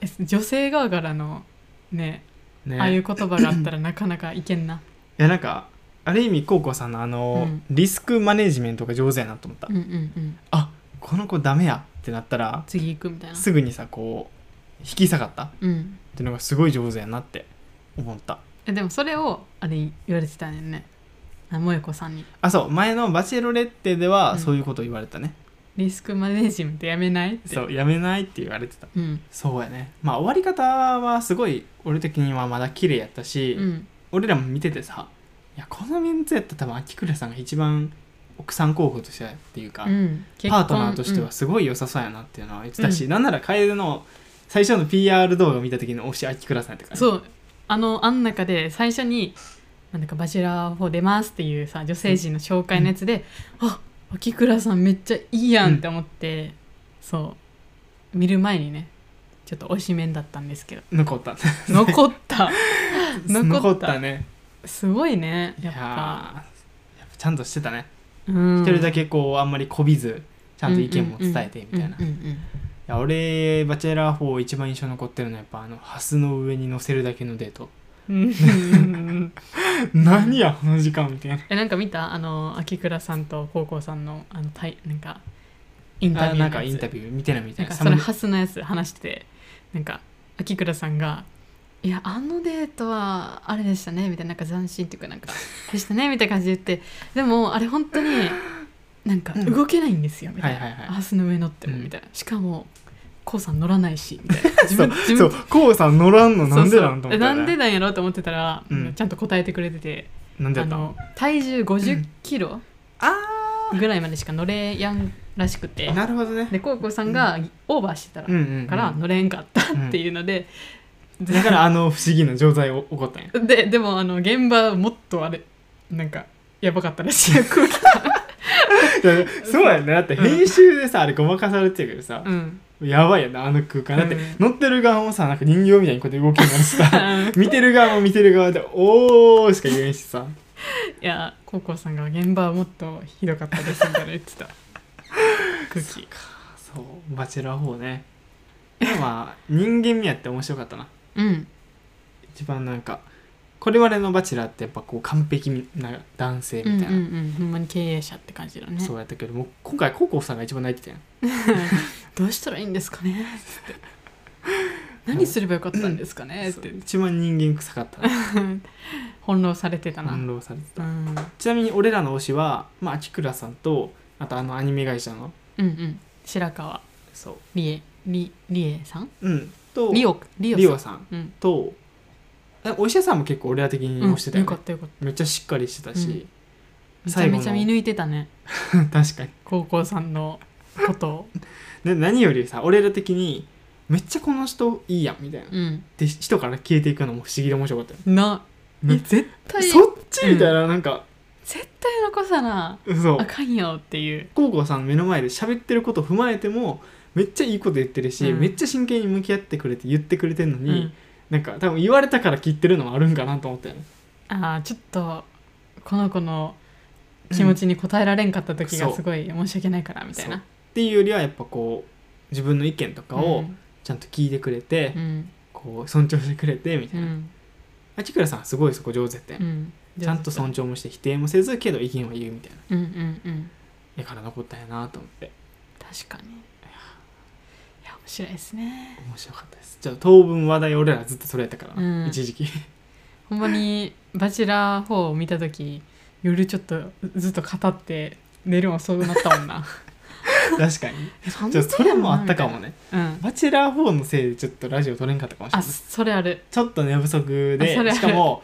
[SPEAKER 2] え女性側からのね
[SPEAKER 1] ね
[SPEAKER 2] ああいう言葉があ ったらなかなかいけんな。
[SPEAKER 1] いやなんかある意味コウコさんのあの、
[SPEAKER 2] うん
[SPEAKER 1] リスクマネジメントが上手やなと思った、
[SPEAKER 2] うんうんうん、
[SPEAKER 1] あこの子ダメやってなったら
[SPEAKER 2] 次行くみたいな。
[SPEAKER 1] すぐにさこう引き下がったっ
[SPEAKER 2] うん
[SPEAKER 1] ていうのがすごい上手やなって思った
[SPEAKER 2] えでもそれをあれ言われてたんやんねあ萌子さんに
[SPEAKER 1] あそう前の「バチェロレッテ」では
[SPEAKER 2] うん
[SPEAKER 1] そういうこと言われたね、
[SPEAKER 2] リスクマネジメントやめないって
[SPEAKER 1] そうやめないって言われてた
[SPEAKER 2] うん
[SPEAKER 1] そうやねまあ終わり方はすごい俺的にはまだ綺麗やったし、
[SPEAKER 2] うん
[SPEAKER 1] 俺らも見ててさいやこのメンツやったら多分秋倉さんが一番奥さん候補としてはっていうか、
[SPEAKER 2] うん結
[SPEAKER 1] パ
[SPEAKER 2] 婚
[SPEAKER 1] ートナーとしてはすごい良さそうやなっていうのは言ってたし、なんなら楓の最初の PR 動画見た時の推し秋倉さんやったか
[SPEAKER 2] う
[SPEAKER 1] らね
[SPEAKER 2] んそうあのあん中で最初に「なんだかバチェラー4出ます」っていうさ女性陣の紹介のやつで「あ秋倉さんめっちゃいいやん」って思って、そう見る前にねちょっと推しメンだったんですけど
[SPEAKER 1] 残った
[SPEAKER 2] 残 った残った
[SPEAKER 1] 残ったね
[SPEAKER 2] すごいねやっ
[SPEAKER 1] いや
[SPEAKER 2] ぱ
[SPEAKER 1] ーやっぱちゃんとしてたね
[SPEAKER 2] 一、
[SPEAKER 1] 一、人だ
[SPEAKER 2] け
[SPEAKER 1] けこうあんまりこびずちゃんと意見も伝えてみたいな、いや俺バチェラー4一番印象残ってるのはやっぱあのハスの上に乗せるだけのデート 何やこの時間みたいな
[SPEAKER 2] えなんか見たあの秋倉さんと高校さんのあのたいなんかインタビュー
[SPEAKER 1] あ
[SPEAKER 2] の
[SPEAKER 1] なん
[SPEAKER 2] やつ
[SPEAKER 1] かインタビュー見てないみた
[SPEAKER 2] ないん
[SPEAKER 1] な
[SPEAKER 2] かそれ
[SPEAKER 1] サム
[SPEAKER 2] ハスのやつ話しててなんか秋倉さんが「いやあのデートはあれでしたね」みたいななんか斬新っていうかなんか「でしたね」みたいな感じで言ってでもあれ本当になんか
[SPEAKER 1] うん
[SPEAKER 2] 動けないんですよみたいな、
[SPEAKER 1] はいはいはい
[SPEAKER 2] ハスの上乗っても
[SPEAKER 1] うん
[SPEAKER 2] みたいな、しかもこうさん乗らないしみたい な自分自
[SPEAKER 1] そ
[SPEAKER 2] 分
[SPEAKER 1] うこうさん乗らんのなんで
[SPEAKER 2] そう
[SPEAKER 1] な
[SPEAKER 2] そうん
[SPEAKER 1] と思
[SPEAKER 2] え
[SPEAKER 1] った
[SPEAKER 2] な
[SPEAKER 1] よね
[SPEAKER 2] んでなんやろうと思ってたら、
[SPEAKER 1] うん
[SPEAKER 2] ちゃんと答えてくれてて
[SPEAKER 1] なんで
[SPEAKER 2] あ
[SPEAKER 1] やった
[SPEAKER 2] の体重50キロ
[SPEAKER 1] あ
[SPEAKER 2] ぐらいまでしか乗れやんらしくて
[SPEAKER 1] ーなるほどね
[SPEAKER 2] でコウコさんがオーバーしてたら、
[SPEAKER 1] うんうんうん
[SPEAKER 2] から乗れんかったっていうので、
[SPEAKER 1] だからあの不思議な状態を起こったんや
[SPEAKER 2] ででもあの現場もっとあれなんかやばかったら しいよ空気が、
[SPEAKER 1] いやそうやんなだって編集でさ、あれごまかされてるけどさ
[SPEAKER 2] う、ん、
[SPEAKER 1] やばいよなあの空間だって、
[SPEAKER 2] うん
[SPEAKER 1] 乗ってる側もさなんか人形みたいにこうやって動きながらさ見てる側も見てる側で「おー」しか言えんしさ
[SPEAKER 2] いやコウコさんが現場はもっとひどかったですみたいな言っ てた空気
[SPEAKER 1] そうバチェラー4ねでもまあ人間味あって面白かったな
[SPEAKER 2] うん
[SPEAKER 1] 一番なんかこれまでのバチェラーってやっぱこう完璧な男性み
[SPEAKER 2] うんうんう
[SPEAKER 1] たいな、
[SPEAKER 2] んほんまに経営者って感じだね
[SPEAKER 1] そうやったけどもう今回ココさんが一番泣いてたやん
[SPEAKER 2] どうしたらいいんですかねつって何すればよかったんですかねっ
[SPEAKER 1] そう
[SPEAKER 2] て
[SPEAKER 1] 一番人間臭かったな
[SPEAKER 2] 翻弄されてたな、
[SPEAKER 1] 翻弄されて
[SPEAKER 2] う
[SPEAKER 1] た
[SPEAKER 2] ん、
[SPEAKER 1] ちなみに俺らの推しは、まあ、秋倉さんとあとあのアニメ会社の
[SPEAKER 2] うんうん白川
[SPEAKER 1] そ
[SPEAKER 2] 理恵り理恵さん
[SPEAKER 1] ううんと
[SPEAKER 2] リオリオさん
[SPEAKER 1] リオさん
[SPEAKER 2] うん
[SPEAKER 1] とえお医者さんも結構俺ら的に
[SPEAKER 2] うん
[SPEAKER 1] 推してたよ
[SPEAKER 2] よ
[SPEAKER 1] ね、
[SPEAKER 2] かったよかっ
[SPEAKER 1] めっちゃしっかりしてたし、
[SPEAKER 2] ためちゃ
[SPEAKER 1] 最後
[SPEAKER 2] め
[SPEAKER 1] の
[SPEAKER 2] ちゃ見抜いてたね
[SPEAKER 1] 確かに
[SPEAKER 2] 高校さんのことを
[SPEAKER 1] で何よりさ俺ら的にめっちゃこの人いいやんみたいな、
[SPEAKER 2] うん
[SPEAKER 1] で人から消えていくのも不思議で面白かったよ
[SPEAKER 2] なえ
[SPEAKER 1] ね
[SPEAKER 2] 絶対
[SPEAKER 1] そっちみたいな、なんか
[SPEAKER 2] 絶対残さな
[SPEAKER 1] そう
[SPEAKER 2] あかんよっていう
[SPEAKER 1] 高校さんの目の前で喋ってることを踏まえてもめっちゃいいこと言ってるし、
[SPEAKER 2] うん
[SPEAKER 1] めっちゃ真剣に向き合ってくれて言ってくれてるのに、
[SPEAKER 2] うん
[SPEAKER 1] なんか多分言われたから切ってるのもあるんかなと思ったよね
[SPEAKER 2] あーちょっとこの子の気持ちに応えられんかった時
[SPEAKER 1] う
[SPEAKER 2] が
[SPEAKER 1] ん
[SPEAKER 2] すごい申し訳ないからみたい
[SPEAKER 1] そう
[SPEAKER 2] な
[SPEAKER 1] っていうよりはやっぱこう自分の意見とか
[SPEAKER 2] う
[SPEAKER 1] を
[SPEAKER 2] ん
[SPEAKER 1] ちゃんと聞いてくれて、
[SPEAKER 2] うん
[SPEAKER 1] こう尊重してくれてみた
[SPEAKER 2] う
[SPEAKER 1] いな、
[SPEAKER 2] ん
[SPEAKER 1] 秋倉さんはすごいそこ上手やったよ
[SPEAKER 2] う
[SPEAKER 1] ね
[SPEAKER 2] ん
[SPEAKER 1] ちゃんと尊重もして否定もせずけど意見は言うみたいな
[SPEAKER 2] うんうんうん
[SPEAKER 1] やから残ったんやなと思って
[SPEAKER 2] 確かにいや面白いですね
[SPEAKER 1] 面白かったですじゃあ当分話題俺らずっとそれやったからな、
[SPEAKER 2] うん
[SPEAKER 1] 一時 期
[SPEAKER 2] ほんまに「バチェラー4」を見た時夜ちょっとずっと語って寝るの遅くなったもんな
[SPEAKER 1] 確かに
[SPEAKER 2] え
[SPEAKER 1] じゃあそれもあったかもね
[SPEAKER 2] うん
[SPEAKER 1] バチェラー4のせいでちょっとラジオ撮れんかったかもしれ
[SPEAKER 2] あ
[SPEAKER 1] ない
[SPEAKER 2] それある
[SPEAKER 1] ちょっと寝不足
[SPEAKER 2] あそれあ
[SPEAKER 1] で
[SPEAKER 2] る
[SPEAKER 1] しかも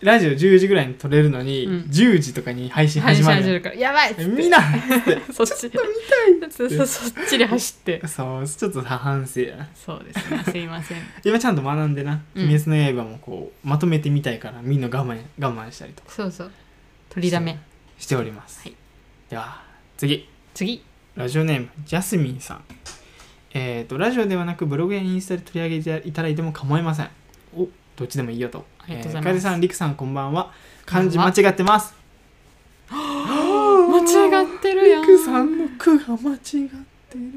[SPEAKER 1] ラジオ10時ぐらいに撮れるのに、
[SPEAKER 2] うん
[SPEAKER 1] 10時とかに配信
[SPEAKER 2] 配
[SPEAKER 1] 始
[SPEAKER 2] 信
[SPEAKER 1] ま
[SPEAKER 2] 始
[SPEAKER 1] る
[SPEAKER 2] めるからやばいっつって
[SPEAKER 1] え見な
[SPEAKER 2] そっちそそそっちで走って
[SPEAKER 1] そうちょっと反省やな
[SPEAKER 2] そうですねすいません
[SPEAKER 1] 今ちゃんと学んでな「
[SPEAKER 2] うん
[SPEAKER 1] 鬼滅の刃」もこうまとめてみたいからみんな我慢我慢したりとか
[SPEAKER 2] そうそう取りだめ
[SPEAKER 1] しております、
[SPEAKER 2] はい
[SPEAKER 1] では次
[SPEAKER 2] 次
[SPEAKER 1] ラジオネームジャスミンさんえっ、とラジオではなくブログやインスタで取り上げていただいても構いませんおどっちでもいいよと
[SPEAKER 2] ありがとうございます
[SPEAKER 1] えー楓さんりくさんこんばんは漢字間違ってます
[SPEAKER 2] 間違ってるやん
[SPEAKER 1] りくさんの句が間違ってる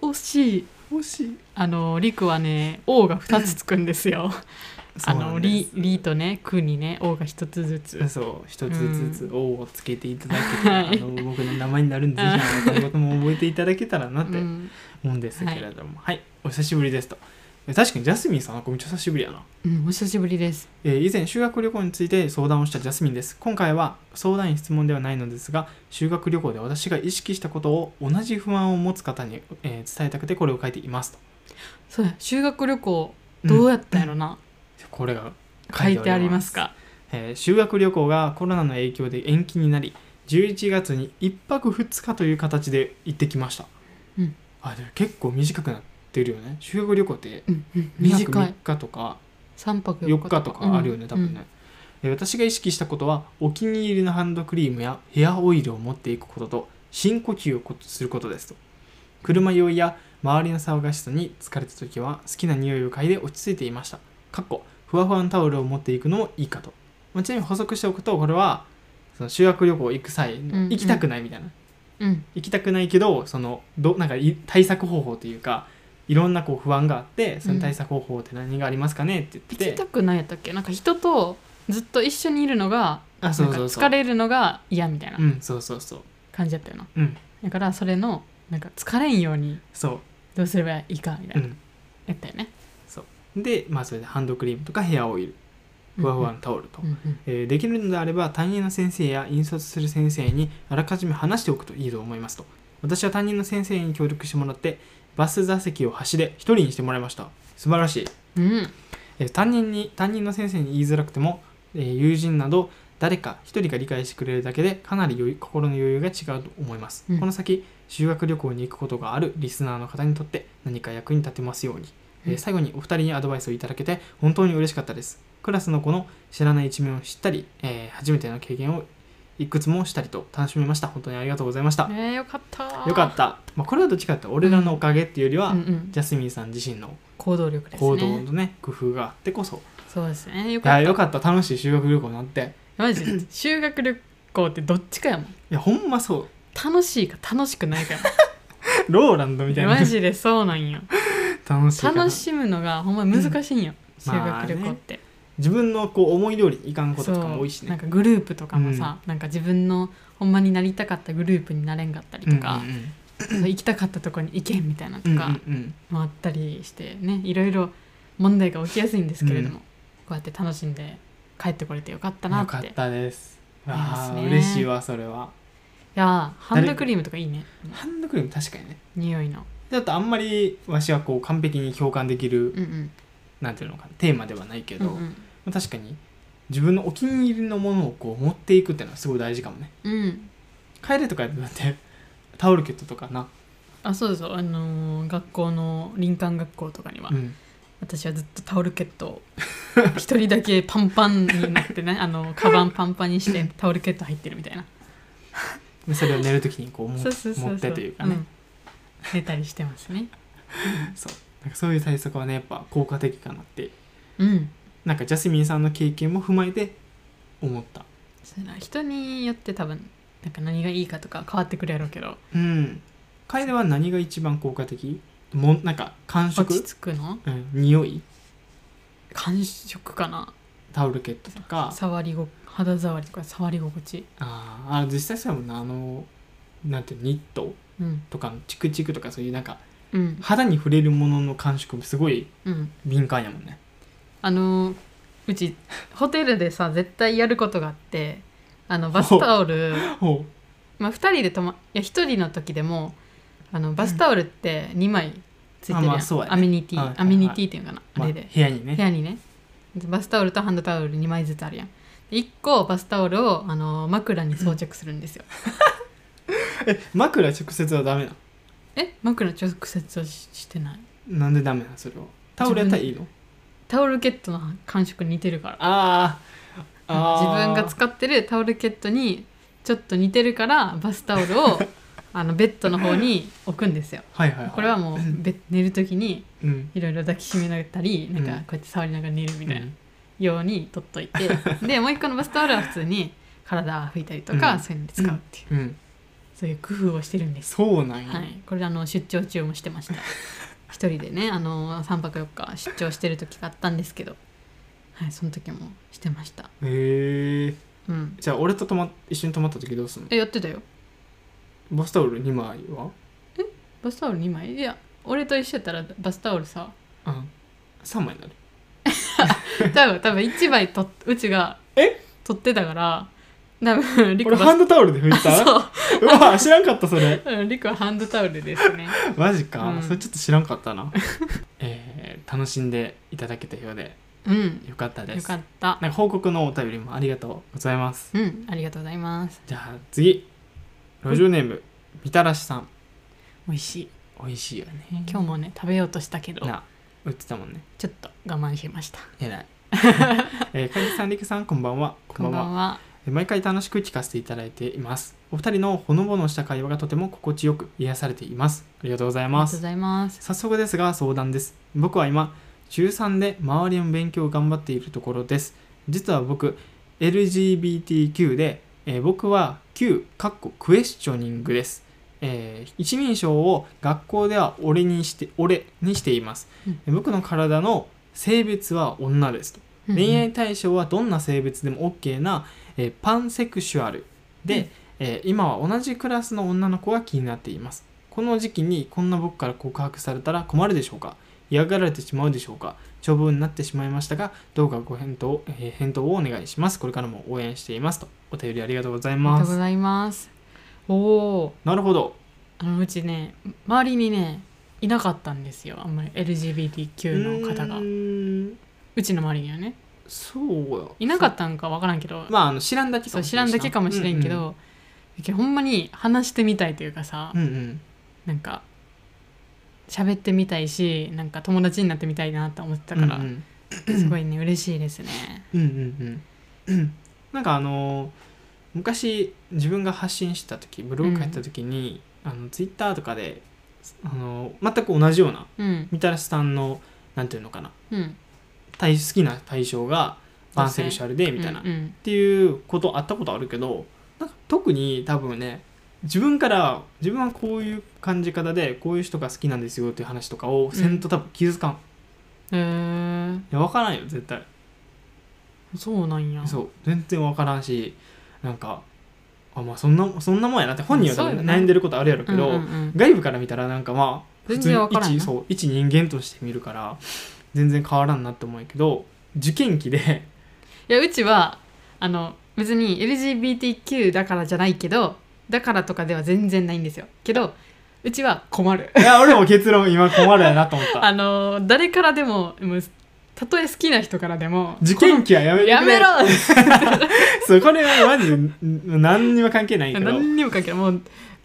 [SPEAKER 2] 惜しい
[SPEAKER 1] もし
[SPEAKER 2] あのリクはね「王が2つつくんですよあ
[SPEAKER 1] そうな
[SPEAKER 2] の
[SPEAKER 1] んです
[SPEAKER 2] リリとね「く」にね「王が1つずつ
[SPEAKER 1] そう一つずつ「王をつけていただけたら、
[SPEAKER 2] はい
[SPEAKER 1] あの僕の名前になるんでぜ
[SPEAKER 2] うん
[SPEAKER 1] ひあの今後とも覚えていただけたらなって
[SPEAKER 2] うん
[SPEAKER 1] 思うんですけれども、はい、お久しぶりですとえ確かにジャスミンさんなんかめっちゃ久しぶりやな、
[SPEAKER 2] うん、お久しぶりです。
[SPEAKER 1] えー以前修学旅行について相談をしたジャスミンです今回は相談員質問ではないのですが修学旅行で私が意識したことを同じ不安を持つ方に、えー伝えたくてこれを書いていますと
[SPEAKER 2] そうや、修学旅行、どうやったんやろな。
[SPEAKER 1] これが
[SPEAKER 2] 書いてありますか。
[SPEAKER 1] えー修学旅行がコロナの影響で延期になり11月に1泊2日という形で行ってきました、
[SPEAKER 2] うん
[SPEAKER 1] あでも結構短くなってるよね修学旅行って
[SPEAKER 2] うんうん、
[SPEAKER 1] 2泊
[SPEAKER 2] 短
[SPEAKER 1] 3
[SPEAKER 2] い。
[SPEAKER 1] 日とか
[SPEAKER 2] 三泊
[SPEAKER 1] 4日とかあるよね、多分。
[SPEAKER 2] うんう
[SPEAKER 1] ね
[SPEAKER 2] ん、
[SPEAKER 1] えー私が意識したことはお気に入りのハンドクリームやヘアオイルを持っていくことと深呼吸をこすることですと車酔いや周りの騒がしさに疲れた時は好きな匂いを嗅いで落ち着いていましたかっこふわふわのタオルを持っていくのもいいかと、まあちなみに補足しておくとこれはその修学旅行行く際、
[SPEAKER 2] んうん
[SPEAKER 1] 行きたくないみたいな
[SPEAKER 2] うん、
[SPEAKER 1] 行きたくないけどそのどなんかい対策方法というかいろんなこう不安があってその対策方法って何がありますかねって
[SPEAKER 2] 行
[SPEAKER 1] 言って
[SPEAKER 2] き、たくないやったっけ、なんか人とずっと一緒にいるのが。
[SPEAKER 1] あそうそうそう
[SPEAKER 2] なんか疲れるのが嫌みたいな
[SPEAKER 1] うんそうそうそう
[SPEAKER 2] 感じだったよな。
[SPEAKER 1] うん
[SPEAKER 2] だから、それの、なんか疲れんように、
[SPEAKER 1] そ
[SPEAKER 2] どうすればいいかみた
[SPEAKER 1] う、
[SPEAKER 2] いうな。
[SPEAKER 1] ん、
[SPEAKER 2] やったよね。
[SPEAKER 1] でまあそれでハンドクリームとかヘアオイルふわふわのタオルと、
[SPEAKER 2] うんうん。うんうん
[SPEAKER 1] えーできるのであれば担任の先生や引率する先生にあらかじめ話しておくといいと思いますと私は担任の先生に協力してもらってバス座席を端で一人にしてもらいました素晴らしい
[SPEAKER 2] うん、
[SPEAKER 1] えー担任に担任の先生に言いづらくても、えー友人など誰か一人が理解してくれるだけでかなり余裕心の余裕が違うと思います、
[SPEAKER 2] うん
[SPEAKER 1] この先修学旅行に行くことがあるリスナーの方にとって何か役に立てますように、えー
[SPEAKER 2] うん
[SPEAKER 1] 最後にお二人にアドバイスをいただけて本当に嬉しかったですクラスの子の知らない一面を知ったり、えー初めての経験をいくつもしたりと楽しみました本当にありがとうございました、
[SPEAKER 2] えー、よかった。
[SPEAKER 1] よかった、まあ、これはどっちかっていうと俺らのおかげっていうよりは、
[SPEAKER 2] うんうん、
[SPEAKER 1] ジャスミンさん自身の
[SPEAKER 2] 行動力ですね。
[SPEAKER 1] 行動のね工夫があってこそ
[SPEAKER 2] そうですね。よ
[SPEAKER 1] い
[SPEAKER 2] か
[SPEAKER 1] や
[SPEAKER 2] った。
[SPEAKER 1] よかった楽しい修学旅行なんて
[SPEAKER 2] マジで修学旅行ってどっちかやもん。
[SPEAKER 1] いやほんまそう
[SPEAKER 2] 楽しいか楽しくないかや
[SPEAKER 1] ローランドみたい
[SPEAKER 2] もん。
[SPEAKER 1] な
[SPEAKER 2] マジでそうな んよ。
[SPEAKER 1] 楽しいかな
[SPEAKER 2] 楽しむのがほんま難しいんよ。修
[SPEAKER 1] まあ
[SPEAKER 2] 学
[SPEAKER 1] ね
[SPEAKER 2] 旅行って。
[SPEAKER 1] 自分のこう思い通りにいかんこと
[SPEAKER 2] そ
[SPEAKER 1] とかも多
[SPEAKER 2] う
[SPEAKER 1] いし
[SPEAKER 2] な
[SPEAKER 1] ね
[SPEAKER 2] んかグループとかもさ、なんか自分のほんまになりたかったグループになれんかったりとか
[SPEAKER 1] うん、
[SPEAKER 2] そう行きたかったとこに行けんみたいな
[SPEAKER 1] うんうん
[SPEAKER 2] とか
[SPEAKER 1] うんうん
[SPEAKER 2] もあったりしてねいろいろ問題が起きやすいんですけれども、こうやって楽しんで帰ってこれてよかった
[SPEAKER 1] うん
[SPEAKER 2] な
[SPEAKER 1] よ
[SPEAKER 2] って
[SPEAKER 1] かったです
[SPEAKER 2] いいですね
[SPEAKER 1] あー嬉しいわそれはい
[SPEAKER 2] やーハンドクリームとかいいね
[SPEAKER 1] ハンドクリーム確かにね
[SPEAKER 2] 匂いの
[SPEAKER 1] ちょっとあんまりわしはこう完璧に共感できる
[SPEAKER 2] うんうん
[SPEAKER 1] なんていうのかなテーマではないけど、
[SPEAKER 2] うん
[SPEAKER 1] まあ確かに自分のお気に入りのものをこう持っていくっていうのはすごい大事かもね
[SPEAKER 2] うん、うん、
[SPEAKER 1] 帰れとかやってだってタオルケットとかな、
[SPEAKER 2] あそうそうあのー学校の林間学校とかには、
[SPEAKER 1] うん
[SPEAKER 2] 私はずっとタオルケットを一人だけパンパンにな ってねあのカバンパンパンにしてタオルケット入ってるみたいな
[SPEAKER 1] でそれを寝るときにこうも
[SPEAKER 2] そうそうそうそう
[SPEAKER 1] 持ってというかね、
[SPEAKER 2] ん寝たりしてますね
[SPEAKER 1] なんかそういう対策はねやっぱ効果的かなって
[SPEAKER 2] うん
[SPEAKER 1] なんかジャスミンさんの経験も踏まえて思った
[SPEAKER 2] そうやな人によって多分なんか何がいいかとか変わってくるやろうけど
[SPEAKER 1] うん楓は何が一番効果的もなんか感
[SPEAKER 2] 落ち
[SPEAKER 1] 触、
[SPEAKER 2] 着くの
[SPEAKER 1] うん、匂い
[SPEAKER 2] 感触かな
[SPEAKER 1] タオルケットとか
[SPEAKER 2] 触りご肌触りとか触り心地
[SPEAKER 1] あーあ実際そうやもんなあのなんていうのニット
[SPEAKER 2] うん
[SPEAKER 1] とかのチクチクとかそういうなんか
[SPEAKER 2] うん
[SPEAKER 1] 肌に触れるものの感触もすごい
[SPEAKER 2] うん
[SPEAKER 1] 敏感やもんね
[SPEAKER 2] あのーうちホテルでさ絶対やることがあってあのバスタオル
[SPEAKER 1] ほ
[SPEAKER 2] まあ、2人で泊まいや1人の時でもあのバスタオルって2枚ついてるやん、
[SPEAKER 1] あまあそうやね
[SPEAKER 2] アメニティ、
[SPEAKER 1] はいはいはい
[SPEAKER 2] アメニティっていうのかな、
[SPEAKER 1] う、ま
[SPEAKER 2] あ
[SPEAKER 1] あ、
[SPEAKER 2] れ
[SPEAKER 1] 部
[SPEAKER 2] で
[SPEAKER 1] 屋にね
[SPEAKER 2] 部屋にねバスタオルとハンドタオル2枚ずつあるやん1個バスタオルをあの枕に装着するんですよ、
[SPEAKER 1] 枕直接はダメな
[SPEAKER 2] え枕直接はししてない
[SPEAKER 1] のなんでダメなのそれはタオルやったらいいの
[SPEAKER 2] タオルケットの感触に似てるから
[SPEAKER 1] あーあ
[SPEAKER 2] 自
[SPEAKER 1] ー
[SPEAKER 2] 分が使ってるタオルケットにちょっと似てるからバスタオルを あのベッドの方に置くんですよ
[SPEAKER 1] はいはいい、
[SPEAKER 2] これはもうベ寝る時に
[SPEAKER 1] うん
[SPEAKER 2] いろいろ抱きしめなったりなんかこうやって触りながら寝るみたいなように取っと いて、でもう一個のバスタオルは普通に体拭いたりとか、
[SPEAKER 1] うん
[SPEAKER 2] そういうので使うってい
[SPEAKER 1] う
[SPEAKER 2] う、
[SPEAKER 1] ん、うん、
[SPEAKER 2] そういう工夫をしてるんです、
[SPEAKER 1] そうなんや、
[SPEAKER 2] はい、これあの出張中もしてました一人でねあの3泊4日出張してる時があったんですけどはいその時もしてました
[SPEAKER 1] へえ
[SPEAKER 2] うん
[SPEAKER 1] じゃあ俺と泊ま一緒に泊まった時どうすんの
[SPEAKER 2] えやってたよ
[SPEAKER 1] バスタオル2枚は
[SPEAKER 2] バスタオル2枚いや俺と一緒やったらバスタオルさ
[SPEAKER 1] うん3枚になる
[SPEAKER 2] 多分多分1枚とうちが
[SPEAKER 1] え
[SPEAKER 2] 取ってたから多分リ
[SPEAKER 1] こ
[SPEAKER 2] コ
[SPEAKER 1] れハ
[SPEAKER 2] は
[SPEAKER 1] ンドタオルで拭いた
[SPEAKER 2] そう
[SPEAKER 1] うわ知らんかったそれ
[SPEAKER 2] ううんリコはハンドタオルですね
[SPEAKER 1] マジか、
[SPEAKER 2] うん
[SPEAKER 1] それちょっと知らんかった なえー楽しんでいただけたようで
[SPEAKER 2] うん
[SPEAKER 1] よかったで
[SPEAKER 2] よ
[SPEAKER 1] す
[SPEAKER 2] かった
[SPEAKER 1] なんか報告のお便りもありがとうございます
[SPEAKER 2] うんありがとうございます
[SPEAKER 1] じゃあ次ラジオネームみたらしさん
[SPEAKER 2] 美味しい
[SPEAKER 1] 美味しいよね
[SPEAKER 2] 今日もね食べようとしたけど
[SPEAKER 1] な売ってたもんね
[SPEAKER 2] ちょっと我慢しました
[SPEAKER 1] 偉 いえー、かじさんりくさんこんばんは
[SPEAKER 2] こんばんは
[SPEAKER 1] 毎回楽しく聞かせていただいていますお二人のほのぼのした会話がとても心地よく癒されていますありがとうござい
[SPEAKER 2] ありが
[SPEAKER 1] ま
[SPEAKER 2] とう
[SPEAKER 1] す
[SPEAKER 2] ございます
[SPEAKER 1] 早速ですが相談です僕は今中3で周りの勉強を頑張っているところです実は僕 LGBTQ で、えー僕は Q かっこクエスチョニングです、えー一人称を学校では俺にして俺にしています、
[SPEAKER 2] う
[SPEAKER 1] 僕の体の性別は女ですと
[SPEAKER 2] うん
[SPEAKER 1] 恋愛対象はどんな性別でも OK な、えーパンセクシュアルで、
[SPEAKER 2] うん
[SPEAKER 1] えー今は同じクラスの女の子が気になっていますこの時期にこんな僕から告白されたら困るでしょうか嫌がられてしまうでしょうか長文になってしまいましたがどうかご返答,、えー返答をお願いしますこれからも応援していますとお便りありがとうござい
[SPEAKER 2] ありが
[SPEAKER 1] ま
[SPEAKER 2] とうご
[SPEAKER 1] す
[SPEAKER 2] ざいますおお
[SPEAKER 1] なるほど
[SPEAKER 2] ーあのうちね周りにねいなかったんですよあんまり LGBTQ の方が
[SPEAKER 1] う
[SPEAKER 2] う
[SPEAKER 1] ーん
[SPEAKER 2] ちの周りにはね
[SPEAKER 1] そう
[SPEAKER 2] いなかったんか分からんけど
[SPEAKER 1] まああの知らんだけか
[SPEAKER 2] そう
[SPEAKER 1] もし
[SPEAKER 2] 知
[SPEAKER 1] れ
[SPEAKER 2] ら
[SPEAKER 1] ん
[SPEAKER 2] ん
[SPEAKER 1] しな
[SPEAKER 2] だけかもしれんけど、けどほんまに話してみたいというかさ、
[SPEAKER 1] うんうん、うん
[SPEAKER 2] なんか喋ってみたいしなんか友達になってみたいなと思ってた
[SPEAKER 1] うん
[SPEAKER 2] から、
[SPEAKER 1] うんうん
[SPEAKER 2] すごいね嬉しいですね
[SPEAKER 1] うんうんうん なんかあのー昔自分が発信した時ブログ書いてた時に、あのツイッターとかで、あのー全く同じような
[SPEAKER 2] うん
[SPEAKER 1] みたらしさんのなんていうのかな
[SPEAKER 2] うん
[SPEAKER 1] 対好きな対象がバンセクシュアルでみたいな、
[SPEAKER 2] うんう
[SPEAKER 1] っ
[SPEAKER 2] ん
[SPEAKER 1] ていうことあったことあるけどなんか特に多分ね自分から自分はこういう感じ方でこういう人が好きなんですよっていう話とかをせんと多分気づかん、い
[SPEAKER 2] へー
[SPEAKER 1] や分からんよ絶対
[SPEAKER 2] そうなんや
[SPEAKER 1] そう全然分からんしなんかあまあそんなそんなもんやなって本人は多
[SPEAKER 2] そう
[SPEAKER 1] 分
[SPEAKER 2] よね
[SPEAKER 1] 悩んでることあるやろうけど、
[SPEAKER 2] うんうん
[SPEAKER 1] 外部から見たらなんかまあ
[SPEAKER 2] 全然
[SPEAKER 1] 普
[SPEAKER 2] 分から
[SPEAKER 1] 通
[SPEAKER 2] んな
[SPEAKER 1] に一そう一人間として見るから全然変わらんなって思うけど受験期で
[SPEAKER 2] いやうちはあの別に LGBTQ だからじゃないけどだからとかでは全然ないんですよけどうちは困る
[SPEAKER 1] いや俺も結論今困るやなと思った
[SPEAKER 2] あの誰からでももうたとえ好きな人からでも
[SPEAKER 1] 受験期はやめてくれ
[SPEAKER 2] やめろ
[SPEAKER 1] そうこれはマジでん何にも関係ないけど
[SPEAKER 2] 何にも関係ないもう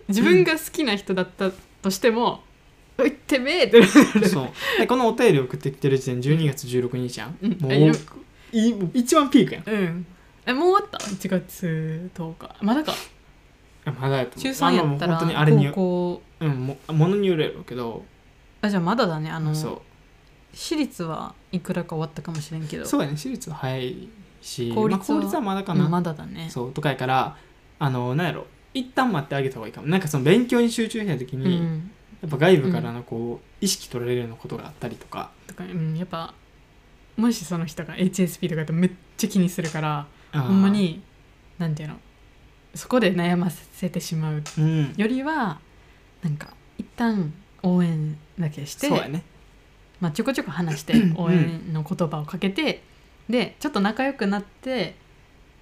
[SPEAKER 2] 自分が好きな人だったとしても「うってめえ!」ってなる
[SPEAKER 1] そうでこのお便り送ってきてる時点12月16日やん、
[SPEAKER 2] うん
[SPEAKER 1] も
[SPEAKER 2] あいう
[SPEAKER 1] いもう一番ピークやん
[SPEAKER 2] うんえもう終わった1月10日まだか
[SPEAKER 1] いやまだやと思う
[SPEAKER 2] 中3やった
[SPEAKER 1] あもう本当に
[SPEAKER 2] ら
[SPEAKER 1] あれに
[SPEAKER 2] 高校
[SPEAKER 1] うんもものによるやろうけど
[SPEAKER 2] あじゃあまだだねあの
[SPEAKER 1] そう
[SPEAKER 2] 私立はいくらか終わったかもしれんけど
[SPEAKER 1] そうやね私立は早いし
[SPEAKER 2] 公
[SPEAKER 1] 効
[SPEAKER 2] 立
[SPEAKER 1] 率,、ま
[SPEAKER 2] は
[SPEAKER 1] あ、公立はまだか
[SPEAKER 2] ま
[SPEAKER 1] な、
[SPEAKER 2] あまだだね
[SPEAKER 1] そうとかやからあのなんやろ一旦待ってあげた方がいいかもなんかその勉強に集中した時
[SPEAKER 2] う
[SPEAKER 1] に、や
[SPEAKER 2] ん
[SPEAKER 1] っぱ外部からのこう、意識取られるようなことがあったりとか
[SPEAKER 2] とか、うん、やっぱもしその人が HSP とかやってめっちゃ気にするから
[SPEAKER 1] あー
[SPEAKER 2] ほんまになんていうのそこで悩ませてしまう
[SPEAKER 1] うん
[SPEAKER 2] よりはなんか一旦応援だけして、
[SPEAKER 1] そうやね
[SPEAKER 2] まあ、ちょこちょこ話して
[SPEAKER 1] うん
[SPEAKER 2] 応援の言葉をかけて、でちょっと仲良くなって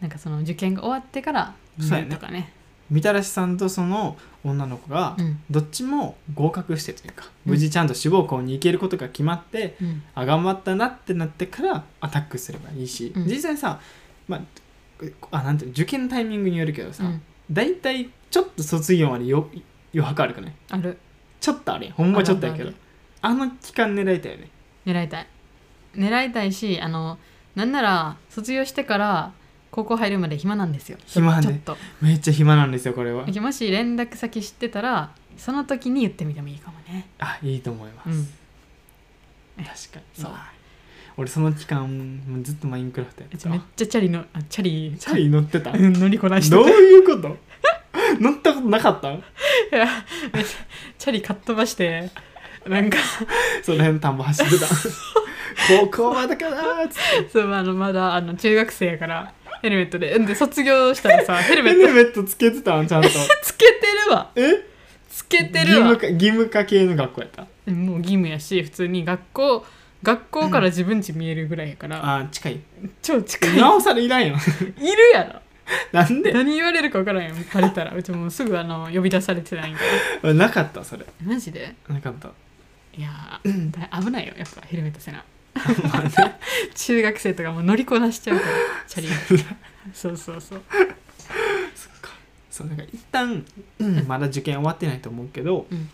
[SPEAKER 2] なんかその受験が終わってから
[SPEAKER 1] そうやね
[SPEAKER 2] とかね
[SPEAKER 1] みたらしさんとその女の子が、
[SPEAKER 2] うん
[SPEAKER 1] どっちも合格してというか
[SPEAKER 2] うん
[SPEAKER 1] 無事ちゃんと志望校に行けることが決まって、
[SPEAKER 2] うん
[SPEAKER 1] あ頑張ったなってなってからアタックすればいいし、
[SPEAKER 2] うん
[SPEAKER 1] 実際さ、まあ、あなんていうの受験のタイミングによるけどさ、
[SPEAKER 2] うん
[SPEAKER 1] 大体ちょっと卒業までよ余白あるくない
[SPEAKER 2] ある
[SPEAKER 1] ちょっとあれほんまちょっとやけどあ
[SPEAKER 2] ある
[SPEAKER 1] の期間狙いたいよね
[SPEAKER 2] 狙いたい狙いたいしあのなんなら卒業してから高校入るまで暇なんですよ
[SPEAKER 1] 暇
[SPEAKER 2] ちょっ
[SPEAKER 1] ね
[SPEAKER 2] と
[SPEAKER 1] めっちゃ暇なんですよこれは
[SPEAKER 2] もし連絡先知ってたらその時に言ってみてもいいかもね
[SPEAKER 1] あいいと思います、
[SPEAKER 2] うん
[SPEAKER 1] 確かに
[SPEAKER 2] そう
[SPEAKER 1] 俺その期間もうずっとマインクラフトや
[SPEAKER 2] う
[SPEAKER 1] っ
[SPEAKER 2] ち
[SPEAKER 1] た
[SPEAKER 2] めっ
[SPEAKER 1] わ
[SPEAKER 2] ちゃチャリのあチャリ
[SPEAKER 1] チャリ乗ってた
[SPEAKER 2] うん乗りこなして
[SPEAKER 1] どう
[SPEAKER 2] て
[SPEAKER 1] いうこと乗ったことなかった
[SPEAKER 2] いやめっちゃチャリかっ飛ば してなんか
[SPEAKER 1] その辺田んぼ走 ってた高校までかなーっつって
[SPEAKER 2] そうあのまだあの中学生やからヘルメットでうんで卒業した らさヘルメ
[SPEAKER 1] ヘ
[SPEAKER 2] ット
[SPEAKER 1] ルメットつけてたんちゃんと
[SPEAKER 2] つけてるわ
[SPEAKER 1] え
[SPEAKER 2] つけて
[SPEAKER 1] 義
[SPEAKER 2] るわ
[SPEAKER 1] 務化義務化系の学校やった
[SPEAKER 2] もう義務やし普通に学校学校から自分家見えるぐらいやから、
[SPEAKER 1] あー近い
[SPEAKER 2] 超近いいる
[SPEAKER 1] なおさらいらんやん
[SPEAKER 2] や
[SPEAKER 1] なん
[SPEAKER 2] ろ
[SPEAKER 1] で
[SPEAKER 2] 何言われるか分からんよバレたらうちもうすぐあの呼び出されてないんから
[SPEAKER 1] なかったそれ
[SPEAKER 2] マジで
[SPEAKER 1] なかった
[SPEAKER 2] いやーだ危ないよやっぱヘルメットせな 中学生とかもう乗りこなしちゃうからチャリそうそうそう
[SPEAKER 1] そうなんか一旦、うん、まだ受験終わってないと思うけど、
[SPEAKER 2] うん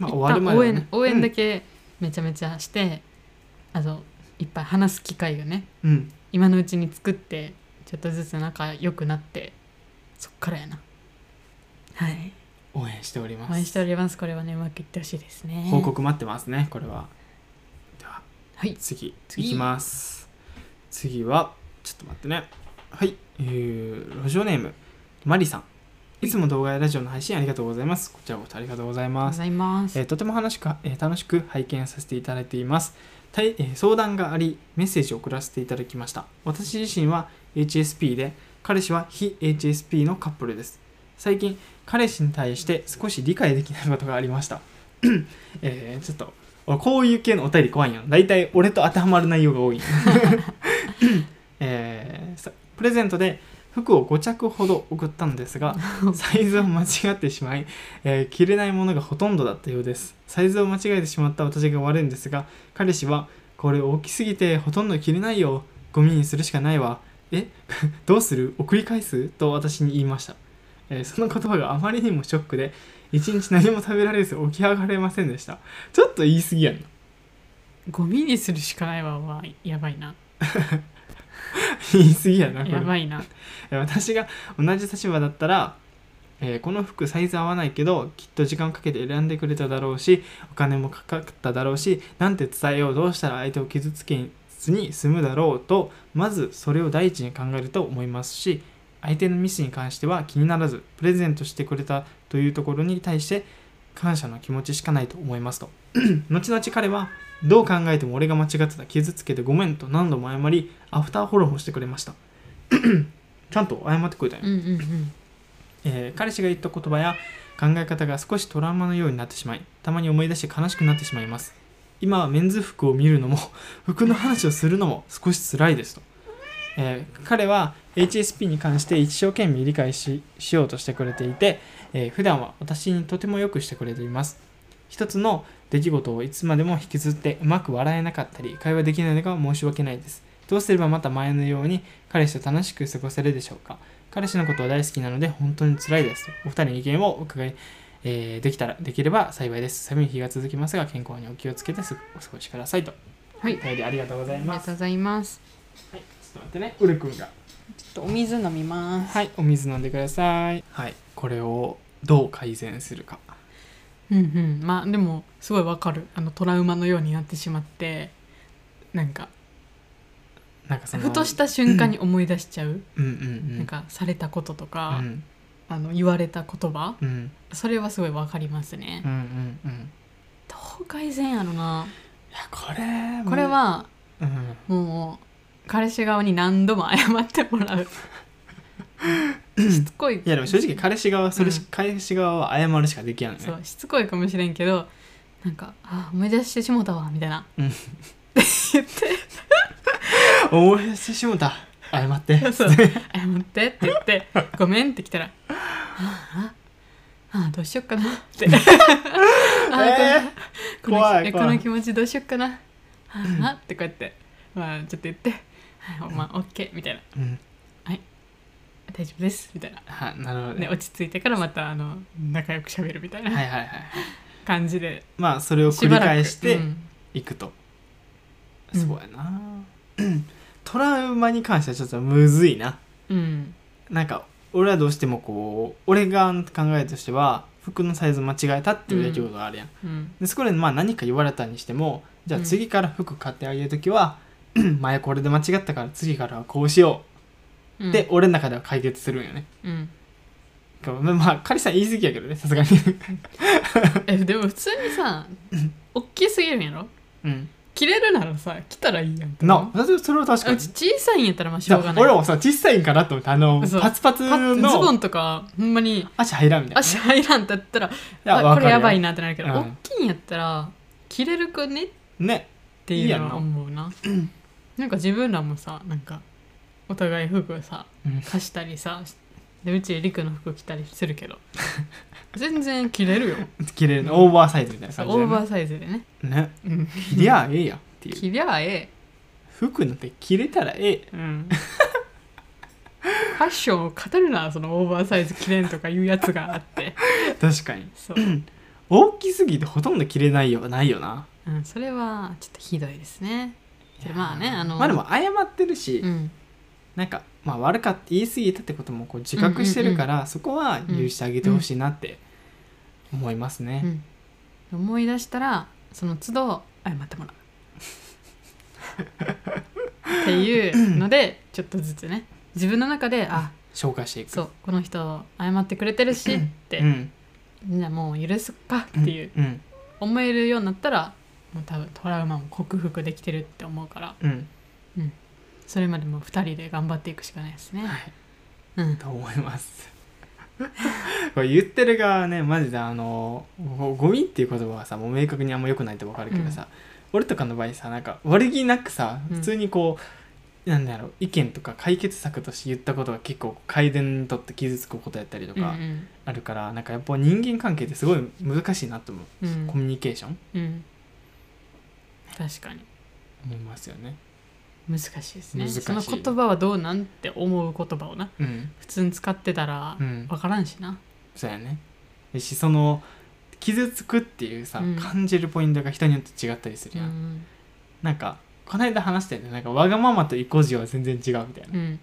[SPEAKER 1] まあ
[SPEAKER 2] 一
[SPEAKER 1] 終わるま
[SPEAKER 2] 旦
[SPEAKER 1] で
[SPEAKER 2] 応
[SPEAKER 1] は
[SPEAKER 2] 援
[SPEAKER 1] ね
[SPEAKER 2] 応援だけめちゃめちゃして、あといっぱい話す機会がね
[SPEAKER 1] うん、うん
[SPEAKER 2] 今のうちに作ってちょっとずつ仲良くなってそっからやなはい
[SPEAKER 1] 応援しております
[SPEAKER 2] 応援しておりますこれはねうまくいってほしいですね
[SPEAKER 1] 報告待ってますねこれはでは
[SPEAKER 2] はい
[SPEAKER 1] 次
[SPEAKER 2] 次
[SPEAKER 1] いきます次はちょっと待ってねはいえー、ラジオネームマリさんいつも動画やラジオの配信ありがとうございますこちらこそありがとうござい
[SPEAKER 2] ご
[SPEAKER 1] ます
[SPEAKER 2] ざいます
[SPEAKER 1] えーとても楽しく、えー楽しく拝見させていただいていますたい、えー相談がありメッセージを送らせていただきました私自身は HSP で彼氏は非 HSP のカップルです最近彼氏に対して少し理解できないことがありましたえーちょっとおこういう系のお便り怖いんよ大体俺と当てはまる内容が多い、 えーさプレゼントで服を5着ほど送ったのですがサイズを間違ってしまいえー着れないものがほとんどだったようですサイズを間違えてしまった私が悪いんですが彼氏は「これ大きすぎてほとんど着れないよゴミにするしかないわえ どうする送り返す?」と私に言いました、えーその言葉があまりにもショックで一日何も食べられず起き上がれませんでしたちょっと言い過ぎやん
[SPEAKER 2] ゴミにするしかないわはやばいな
[SPEAKER 1] 言い過ぎやなこれ
[SPEAKER 2] やばい な
[SPEAKER 1] えー私が同じ立場だったら、えーこの服サイズ合わないけどきっと時間かけて選んでくれただろうしお金もかかっただろうしなんて伝えようどうしたら相手を傷つけずに済むだろうとまずそれを第一に考えると思いますし相手のミスに関しては気にならずプレゼントしてくれたというところに対して感謝の気持ちしかないと思いますと 後々彼はどう考えても俺が間違ってた傷つけてごめんと何度も謝りアフターフォローをしてくれました ちゃんと謝ってくれたよ
[SPEAKER 2] うんうんうん
[SPEAKER 1] えー彼氏が言った言葉や考え方が少しトラウマのようになってしまいたまに思い出して悲しくなってしまいます今はメンズ服を見るのも服の話をするのも少し辛いですと、えー彼は HSP に関して一生懸命理解ししようとしてくれていて、えー普段は私にとてもよくしてくれています一つの出来事をいつまでも引きずってうまく笑えなかったり会話できないのが申し訳ないですどうすればまた前のように彼氏と楽しく過ごせるでしょうか彼氏のことは大好きなので本当に辛いです。お二人に意見をお伺い、えーできたら、できれば幸いです。寒い日が続きますが、健康にお気をつけてすお過ごしくださいと。
[SPEAKER 2] はい
[SPEAKER 1] お便りありがとうござい
[SPEAKER 2] ありが
[SPEAKER 1] ます。
[SPEAKER 2] とうございます
[SPEAKER 1] はい、ちょっと待ってね、ウル君が。
[SPEAKER 2] ちょっとお水飲みます
[SPEAKER 1] はい、お水飲んでください。はい、これをどう改善するか。
[SPEAKER 2] うんうんまあでもすごいわかるあのトラウマのようになってしまってなんか
[SPEAKER 1] なんかその。
[SPEAKER 2] ふとした瞬間に思い出しちゃう、
[SPEAKER 1] うんうんうん。
[SPEAKER 2] なんかされたことと
[SPEAKER 1] う
[SPEAKER 2] か、
[SPEAKER 1] ん、
[SPEAKER 2] あの言われた言葉
[SPEAKER 1] うんうん
[SPEAKER 2] それはすごいわかりますね、
[SPEAKER 1] うんうんうん。
[SPEAKER 2] どう改善やろない
[SPEAKER 1] や、これ、
[SPEAKER 2] これ、は
[SPEAKER 1] うん、
[SPEAKER 2] もう彼氏側に何度も謝ってもらうしつこい
[SPEAKER 1] いやでも正直彼氏側はそれし、
[SPEAKER 2] うん
[SPEAKER 1] 彼氏側は謝るしかできやんね
[SPEAKER 2] そうしつこいかもしれんけどなんか「あ思い出してしもたわ」みた いな
[SPEAKER 1] うん
[SPEAKER 2] 言って
[SPEAKER 1] 思い出してしもた謝 って
[SPEAKER 2] そう謝ってって言って「ごめん」って来たら「ああああどうしよっか な」って「ああ
[SPEAKER 1] え
[SPEAKER 2] この
[SPEAKER 1] 怖い
[SPEAKER 2] え
[SPEAKER 1] 怖い
[SPEAKER 2] この気持ちどうしよ っかな」ああってこうやって、まあ、ちょっと言って「はいまあオッケー」みたいな
[SPEAKER 1] ーうん
[SPEAKER 2] 「大丈夫です」みたいな、
[SPEAKER 1] はなるほど
[SPEAKER 2] ね、
[SPEAKER 1] ね
[SPEAKER 2] 落ち着いてからまたあの仲良くしゃべるみたい
[SPEAKER 1] は
[SPEAKER 2] ない
[SPEAKER 1] はいはいはい
[SPEAKER 2] 感じで
[SPEAKER 1] まあそれを
[SPEAKER 2] し
[SPEAKER 1] 繰
[SPEAKER 2] ば
[SPEAKER 1] り
[SPEAKER 2] らく
[SPEAKER 1] 返して
[SPEAKER 2] うん
[SPEAKER 1] いくと、
[SPEAKER 2] うん
[SPEAKER 1] そうやな、トラウマに関してはちょっとむずいな
[SPEAKER 2] うん
[SPEAKER 1] なんか俺はどうしてもこう俺が考えとしては服のサイズ間違えたっていう出来事があるやん、
[SPEAKER 2] うん
[SPEAKER 1] でそこでまあ何か言われたにしてもじゃあ次から服買ってあげる時は、 前これで間違ったから次からはこうしよ
[SPEAKER 2] う
[SPEAKER 1] うんって、俺の中では解決するんよね
[SPEAKER 2] うん、
[SPEAKER 1] まあ彼氏さん言い過ぎやけどねさす がに
[SPEAKER 2] えでも普通にさ大きすぎるんやろ
[SPEAKER 1] うん
[SPEAKER 2] 着れるならさ着たらいいやんと思う
[SPEAKER 1] なそれは確か
[SPEAKER 2] う
[SPEAKER 1] に
[SPEAKER 2] ち小さいんやったらまあしょうがない
[SPEAKER 1] 俺もさ小さいんかなと思ってあの
[SPEAKER 2] そう
[SPEAKER 1] パツパツ
[SPEAKER 2] パッてズボ
[SPEAKER 1] の
[SPEAKER 2] ンとかほんまに
[SPEAKER 1] 足入らんみたいな
[SPEAKER 2] 足入らんだったら
[SPEAKER 1] いやわ
[SPEAKER 2] あ
[SPEAKER 1] か
[SPEAKER 2] こ
[SPEAKER 1] る
[SPEAKER 2] れ
[SPEAKER 1] よ
[SPEAKER 2] やばいなってなるけど、
[SPEAKER 1] うん
[SPEAKER 2] 大きいんやったら着れるくねっ
[SPEAKER 1] ね
[SPEAKER 2] てっていうのは思うな なんか自分らもさなんかお互い服さ
[SPEAKER 1] うん
[SPEAKER 2] 貸したりさしでうちりくの服着たりするけど 全然着れるよ
[SPEAKER 1] 着れるのオーバーサイズみたいな
[SPEAKER 2] そう
[SPEAKER 1] 感じで、
[SPEAKER 2] オーバ
[SPEAKER 1] ね
[SPEAKER 2] ーサイズでね、
[SPEAKER 1] ね、
[SPEAKER 2] うん、
[SPEAKER 1] 着りゃええやっていう
[SPEAKER 2] 着りゃえ
[SPEAKER 1] 服なんて着れたらええ
[SPEAKER 2] え、うん、ファッションを語るなそのオーバーサイズ着れんとかいうやつがあって
[SPEAKER 1] 確かに
[SPEAKER 2] そう、
[SPEAKER 1] 大きすぎてほとんど着れないよないよな
[SPEAKER 2] うん、それはちょっとひどいですねでまあねあの
[SPEAKER 1] まあでも謝ってるし、
[SPEAKER 2] うん
[SPEAKER 1] なんか、まあ、悪かって言い過ぎたってこともこう自覚してるから、そこは許してあげてほしいなって思いますね、
[SPEAKER 2] うん、思い出したらその都度謝ってもらうっていうのでちょっとずつね自分の中であ
[SPEAKER 1] 紹介していく
[SPEAKER 2] そうこの人謝ってくれてるしって、
[SPEAKER 1] うん
[SPEAKER 2] じゃあもう許すかっていう、
[SPEAKER 1] うん
[SPEAKER 2] 思えるようになったらもう多分トラウマも克服できてるって思うから
[SPEAKER 1] うん
[SPEAKER 2] それまでも2人で頑張っていくしかないですね、
[SPEAKER 1] はい
[SPEAKER 2] うん、
[SPEAKER 1] と思いますこれ言ってる側はねマジであのごゴミっていう言葉はさもう明確にあんま良くないって分かるけどさ、俺とかの場合さなんか悪気なくさ
[SPEAKER 2] うん
[SPEAKER 1] 普通にこう、なんだろう意見とか解決策として言ったことが結構改善にとって傷つくことやったりと
[SPEAKER 2] うん
[SPEAKER 1] かあるから、なんかやっぱ人間関係ってすごい難しいなと思う、
[SPEAKER 2] うん
[SPEAKER 1] コミュニケーション
[SPEAKER 2] うんうん確かに
[SPEAKER 1] 思いますよね
[SPEAKER 2] 難しいですね
[SPEAKER 1] 難しい
[SPEAKER 2] その言葉はどうなんて思う言葉をな
[SPEAKER 1] うん
[SPEAKER 2] 普通に使ってたら
[SPEAKER 1] うん
[SPEAKER 2] 分からんしな、
[SPEAKER 1] そうやねだしその傷つくっていうさ、
[SPEAKER 2] うん
[SPEAKER 1] 感じるポイントが人によって違ったりする
[SPEAKER 2] う
[SPEAKER 1] やん、
[SPEAKER 2] ん
[SPEAKER 1] なんかこの間話したよねなんかわがままと意固地は全然違うみたいな
[SPEAKER 2] うん、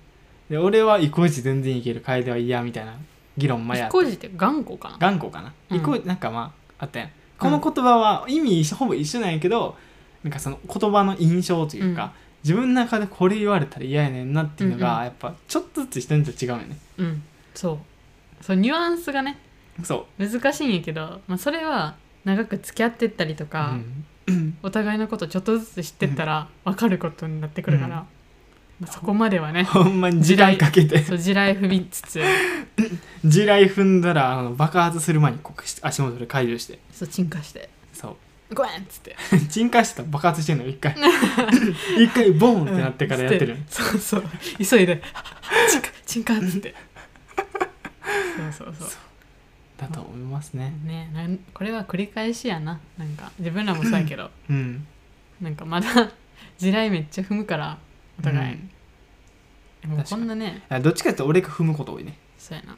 [SPEAKER 1] で俺は意固地全然いける楓は嫌みたいな議論前や
[SPEAKER 2] 飛
[SPEAKER 1] った
[SPEAKER 2] 行時って頑固かな
[SPEAKER 1] 頑固かな、
[SPEAKER 2] うん
[SPEAKER 1] 意固なんかまああったやんこの言葉は意味一緒ほぼ一緒なんやけどなんかその言葉の印象というか、
[SPEAKER 2] うん
[SPEAKER 1] 自分の中でこれ言われたら嫌やねんなっていうのが、
[SPEAKER 2] うんうん
[SPEAKER 1] やっぱちょっとずつ人にと違うよね
[SPEAKER 2] うんそうそうニュアンスがね
[SPEAKER 1] そ
[SPEAKER 2] 難しいんやけど、まあ、それは長く付き合ってったりと
[SPEAKER 1] う、
[SPEAKER 2] か、
[SPEAKER 1] うん
[SPEAKER 2] お互いのことちょっとずつ知ってったら分かることになってくるから、
[SPEAKER 1] うん
[SPEAKER 2] まあ、そこまではね
[SPEAKER 1] ほんまに時間かけて
[SPEAKER 2] そう地雷踏みつつ
[SPEAKER 1] 地雷踏んだらあの爆発する前にこう足元で解除して
[SPEAKER 2] そう鎮火して
[SPEAKER 1] そう
[SPEAKER 2] 「ごめん!」っつって
[SPEAKER 1] 鎮火してたら爆発してんのよ一 回一回ボーンってなってからやってる、
[SPEAKER 2] うんそうそう急いで 「鎮火鎮火」っつってそうそうそう
[SPEAKER 1] だと思いますね
[SPEAKER 2] ねなんこれは繰り返しやななんか自分らもそうやけ ど
[SPEAKER 1] うん
[SPEAKER 2] なんかまだ地雷めっちゃ踏むからお互い、
[SPEAKER 1] うん
[SPEAKER 2] でもこんなね
[SPEAKER 1] あどっちかっていうと俺が踏むこと多いね
[SPEAKER 2] そうやな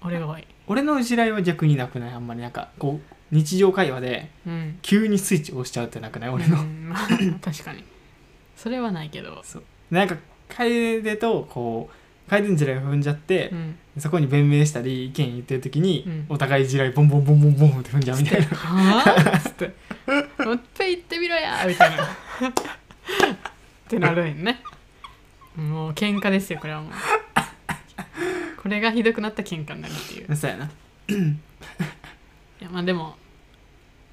[SPEAKER 2] 俺が多い
[SPEAKER 1] 俺の地雷は逆になくないあんまりなんかこう日常会話で
[SPEAKER 2] うん
[SPEAKER 1] 急にスイッチ押しちゃうってなくない俺の、
[SPEAKER 2] うんまあ確かにそれはないけど
[SPEAKER 1] なんか楓とこう楓の地雷を踏んじゃって
[SPEAKER 2] う、ん
[SPEAKER 1] そこに弁明したり意見言ってる時に、
[SPEAKER 2] うん
[SPEAKER 1] お互い地雷ボンボンボンボンボンって踏んじゃうみたいな
[SPEAKER 2] 「はあ?」っつって「もっと行ってみろや!」みたいなってなるんねもう喧嘩ですよこれはもうこれがひどくなった喧嘩になるっていう
[SPEAKER 1] そうやない
[SPEAKER 2] やまあでも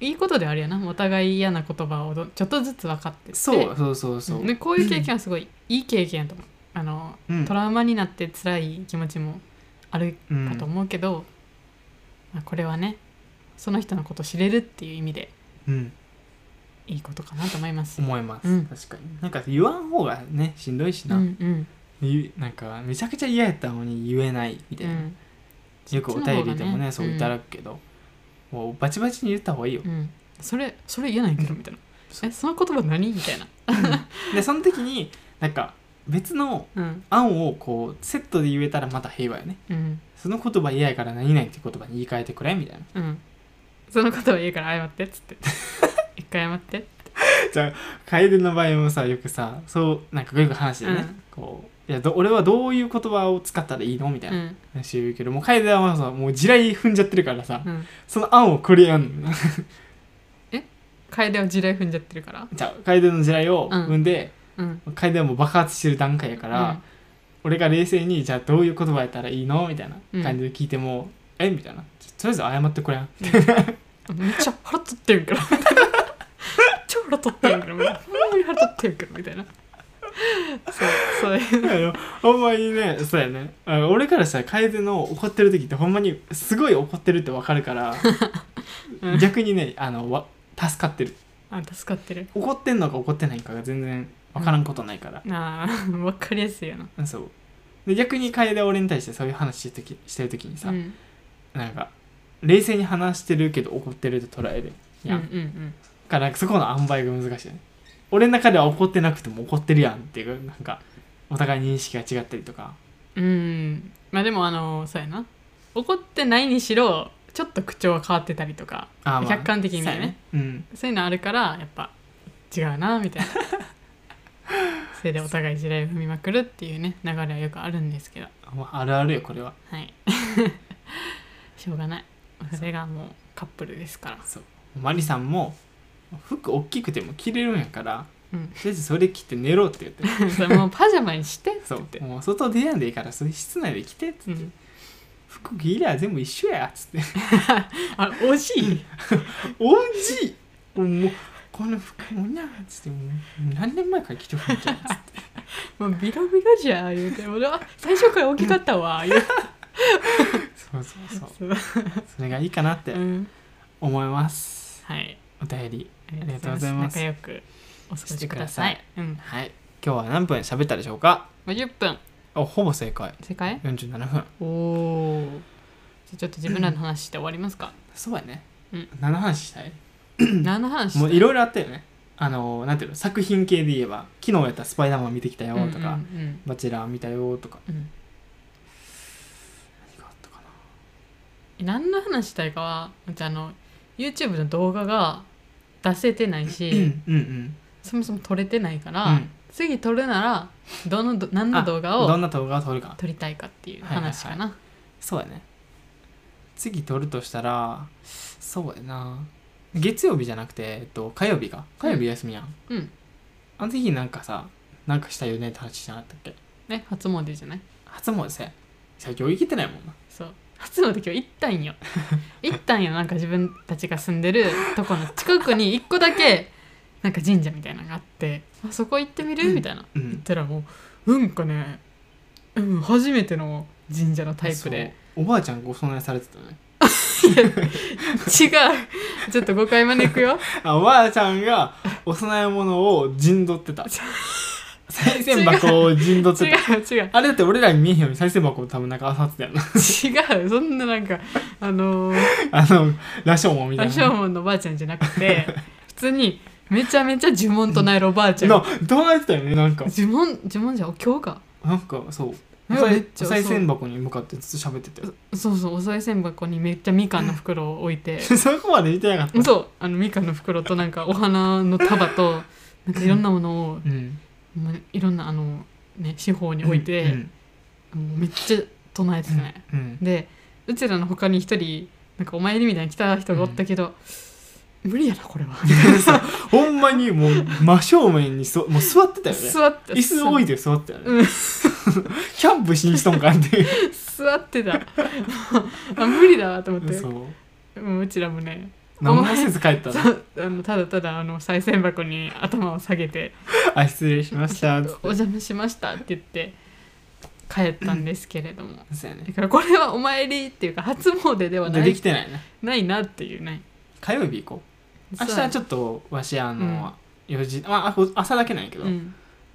[SPEAKER 2] いいことではあるよなお互い嫌な言葉をどちょっとずつ分かってって
[SPEAKER 1] そうそうそうそう、
[SPEAKER 2] でこういう経験はすごいいい経験やと思うあの、
[SPEAKER 1] うん
[SPEAKER 2] トラウマになって辛い気持ちもある
[SPEAKER 1] うん
[SPEAKER 2] かと思うけど、まあ、これはねその人のことを知れるっていう意味で
[SPEAKER 1] うん、
[SPEAKER 2] いいことかなと思います。
[SPEAKER 1] 思います、
[SPEAKER 2] うん
[SPEAKER 1] 確かになんか言わん方がねしんどいし
[SPEAKER 2] う
[SPEAKER 1] な、
[SPEAKER 2] んうん
[SPEAKER 1] ゆなんかめちゃくちゃ嫌やったのに言えないみたいな、
[SPEAKER 2] うん
[SPEAKER 1] よくお便りでもね
[SPEAKER 2] そ
[SPEAKER 1] そ
[SPEAKER 2] っちの方がね
[SPEAKER 1] ういただくけど、もうバチバチに言った方がいいよ、
[SPEAKER 2] うんそれそれ嫌なんやけどみたいな「
[SPEAKER 1] そう
[SPEAKER 2] えその言葉何?」みたいな。
[SPEAKER 1] でその時になんか別の
[SPEAKER 2] うん
[SPEAKER 1] 案をこうセットで言えたらまた平和よね
[SPEAKER 2] うん
[SPEAKER 1] その言葉嫌やから何々って言葉に言い換えてくれみたいな
[SPEAKER 2] うん、その言葉言うから謝ってっつって 一回謝って
[SPEAKER 1] 楓の場合もさよくさそうなんかよく話でね、
[SPEAKER 2] うん
[SPEAKER 1] こういやど俺はどういう言葉を使ったらいいのみたいうなん話を言うけど、もう楓はもうさもう地雷踏んじゃってるからさ、
[SPEAKER 2] うん
[SPEAKER 1] その案をくれやんの
[SPEAKER 2] 楓を地雷踏んじゃってるから
[SPEAKER 1] じゃあ楓の地雷を生んで、
[SPEAKER 2] うん
[SPEAKER 1] 楓はもう爆発してる段階やから、俺が冷静にじゃあどういう言葉やったらいいのみたいな感じで聞いても、えみたいなちょとりあえず謝ってく れん
[SPEAKER 2] うん、めっちゃ腹立ってるからめっちゃ腹立ってるからもうほんまに腹立ってるからみたいなそうそういう
[SPEAKER 1] あのほんまにねそうやねあの俺からしたら楓の怒ってる時ってほんまに すごい怒ってるってわかるから
[SPEAKER 2] うん
[SPEAKER 1] 逆にねあのわ助かってる
[SPEAKER 2] あ助かってる
[SPEAKER 1] 怒ってんのか怒ってないかが全然分からんことないから、
[SPEAKER 2] ああわかりやすいよな
[SPEAKER 1] うんそうで逆に楓は俺に対してそういう話してる時してる時にさ、
[SPEAKER 2] うん、
[SPEAKER 1] なんか冷静に話してるけど怒ってると捉える
[SPEAKER 2] うん
[SPEAKER 1] や、
[SPEAKER 2] うんん
[SPEAKER 1] からそこの塩梅が難しいよね俺の中では怒ってなくても怒ってるやんっていうなんかお互い認識が違ったりとか
[SPEAKER 2] うんうんまあでもあのそうやな怒ってないにしろちょっと口調は変わってたりとか
[SPEAKER 1] あーまあ
[SPEAKER 2] 客観的に見てね
[SPEAKER 1] そうやうん
[SPEAKER 2] そういうのあるからやっぱ違うなみた いなそれでお互い地雷を踏みまくるっていうね流れはよくあるんですけど
[SPEAKER 1] まああるあるよこれは
[SPEAKER 2] はい しょうがないそれがもうカップルですから
[SPEAKER 1] マリさんも服大きくても着れるんやから、
[SPEAKER 2] うん
[SPEAKER 1] とりあえずそれ着て寝ろって言っ て
[SPEAKER 2] それもうパジャマにしてって
[SPEAKER 1] そ
[SPEAKER 2] 言って
[SPEAKER 1] うもう外出やんでいいからそれ室内で着てっつって、
[SPEAKER 2] うん
[SPEAKER 1] 服着りゃ全部一緒やっ つって
[SPEAKER 2] あ惜しい
[SPEAKER 1] おんじいもうこの服もにゃーっつってもう何年前から着てくるんじゃんっつって
[SPEAKER 2] もうビロビロじゃ言うて俺は最初から大きかったわ言う
[SPEAKER 1] そうそうそう
[SPEAKER 2] そう
[SPEAKER 1] それがいいかなって
[SPEAKER 2] うん
[SPEAKER 1] 思います、
[SPEAKER 2] はい
[SPEAKER 1] お便り
[SPEAKER 2] あ
[SPEAKER 1] りがとうございます
[SPEAKER 2] 仲良くお過ごしくださいうん
[SPEAKER 1] はい今日は何分喋ったでしょうか
[SPEAKER 2] 50分
[SPEAKER 1] あほぼ正解
[SPEAKER 2] 正解
[SPEAKER 1] 47分
[SPEAKER 2] おおじゃあちょっと自分らの話して終わりますか
[SPEAKER 1] そうやね、
[SPEAKER 2] うん
[SPEAKER 1] 何の話したい
[SPEAKER 2] 何の話
[SPEAKER 1] もういろいろあったよねあのなんていうの作品系で言えば昨日やったらスパイダーマン見てきたよとか、
[SPEAKER 2] うんうん
[SPEAKER 1] バチェラー見たよとか
[SPEAKER 2] うんうん
[SPEAKER 1] 何があったかな
[SPEAKER 2] 何の話したいかはうちあの YouTube の動画が出せてないし
[SPEAKER 1] うんうん
[SPEAKER 2] そもそも撮れてないから、
[SPEAKER 1] うん
[SPEAKER 2] 次撮るならどのど何の動画
[SPEAKER 1] あど
[SPEAKER 2] を
[SPEAKER 1] んな動画を撮るか
[SPEAKER 2] 撮りたいかっていう話かな、
[SPEAKER 1] そうやね次撮るとしたらそうやな月曜日じゃなくて、えっと、火曜日か火曜日休みやん、
[SPEAKER 2] うん
[SPEAKER 1] あの時なんかさなんかしたよねって話しなかったっけ
[SPEAKER 2] ね初詣じゃない
[SPEAKER 1] 初詣せ最近行けてないもんな
[SPEAKER 2] そう初詣今日行った んよ行ったんよなんか自分たちが住んでるとこの近くに1個だけなんか神社みたいなのがあってあそこ行ってみるみたいな
[SPEAKER 1] う
[SPEAKER 2] 行っ
[SPEAKER 1] ん
[SPEAKER 2] たらもううんかねうん初めての神社のタイプで
[SPEAKER 1] そうおばあちゃんご相談されてたね
[SPEAKER 2] 違うちょっと誤解招くよ
[SPEAKER 1] あおば あちゃんがお供え物を陣取ってた再い銭箱を陣取っ
[SPEAKER 2] 違
[SPEAKER 1] てた
[SPEAKER 2] う違う
[SPEAKER 1] あれだって俺らに見えへんように再い銭箱を多分なんかあさってたよな
[SPEAKER 2] 違うそんななんかあのー、
[SPEAKER 1] あの羅生門みたい
[SPEAKER 2] 羅
[SPEAKER 1] な
[SPEAKER 2] 生門のおばあちゃんじゃなく て普通にめちゃめちゃ呪文唱えるおばあちゃん
[SPEAKER 1] の唱えてたよねなんか
[SPEAKER 2] 呪文呪文じゃんお経か
[SPEAKER 1] なんかそうお
[SPEAKER 2] え
[SPEAKER 1] さ
[SPEAKER 2] め
[SPEAKER 1] い
[SPEAKER 2] っちゃ
[SPEAKER 1] おさい銭箱に向かってずっと喋ってたよ
[SPEAKER 2] そうそうお賽銭箱にめっちゃみかんの袋を置 いて
[SPEAKER 1] そこまで見てなかった
[SPEAKER 2] そうあのみかんの袋となんかお花の束となんかいろんなものを
[SPEAKER 1] うん
[SPEAKER 2] まいろんなあのね四方に置いて、もうめっちゃ唱えてたね、
[SPEAKER 1] うんうん
[SPEAKER 2] でうちらの他に一人なんかお参りみたいに来た人がおったけど、無理やなこれは
[SPEAKER 1] そうほんま にもう真正面にそもう座ってたよね
[SPEAKER 2] 座って
[SPEAKER 1] 椅子置い
[SPEAKER 2] て
[SPEAKER 1] て座ってたよね、
[SPEAKER 2] うん
[SPEAKER 1] キャンプしにしとんかって いう
[SPEAKER 2] 座ってた あ無理だわと思って
[SPEAKER 1] そう
[SPEAKER 2] うんうちらもね
[SPEAKER 1] 何もせず帰ったの
[SPEAKER 2] そうあのただただあの賽銭箱に頭を下げて
[SPEAKER 1] あ失礼しました
[SPEAKER 2] 「お邪魔しました」って言って帰ったんですけれども
[SPEAKER 1] そうやね
[SPEAKER 2] だからこれはお参りっていうか初詣ではな
[SPEAKER 1] でで
[SPEAKER 2] い
[SPEAKER 1] きてないね
[SPEAKER 2] ないなっていうね
[SPEAKER 1] 火曜日行こう明日はちょっとわしあ
[SPEAKER 2] うん
[SPEAKER 1] の、四時まああ朝だけなんやけど、
[SPEAKER 2] う
[SPEAKER 1] ま
[SPEAKER 2] ん
[SPEAKER 1] あ、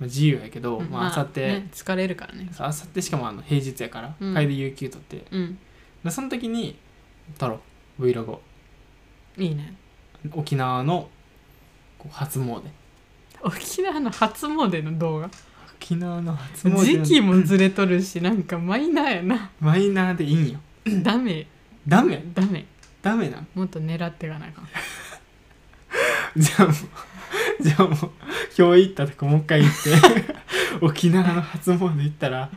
[SPEAKER 1] 自由やけど、
[SPEAKER 2] うん
[SPEAKER 1] まあ明後日、
[SPEAKER 2] ね疲れるからね
[SPEAKER 1] そう明後日しかもあの平日やから、
[SPEAKER 2] うん
[SPEAKER 1] 帰り有給取って
[SPEAKER 2] うん
[SPEAKER 1] でその時に撮ろう Vlog を
[SPEAKER 2] いいね
[SPEAKER 1] 沖縄のこう初詣
[SPEAKER 2] 沖縄の初詣の動画
[SPEAKER 1] 沖縄の初詣の
[SPEAKER 2] 時期もずれとるしなんかマイナーやな
[SPEAKER 1] マイナーでいいんよ
[SPEAKER 2] ダメ
[SPEAKER 1] ダメ
[SPEAKER 2] ダメ
[SPEAKER 1] ダメなん
[SPEAKER 2] もっと狙っていかなあかん
[SPEAKER 1] じゃあもう、じゃあもう、今日行ったとこもう一回行 って、沖縄の初詣行ったら、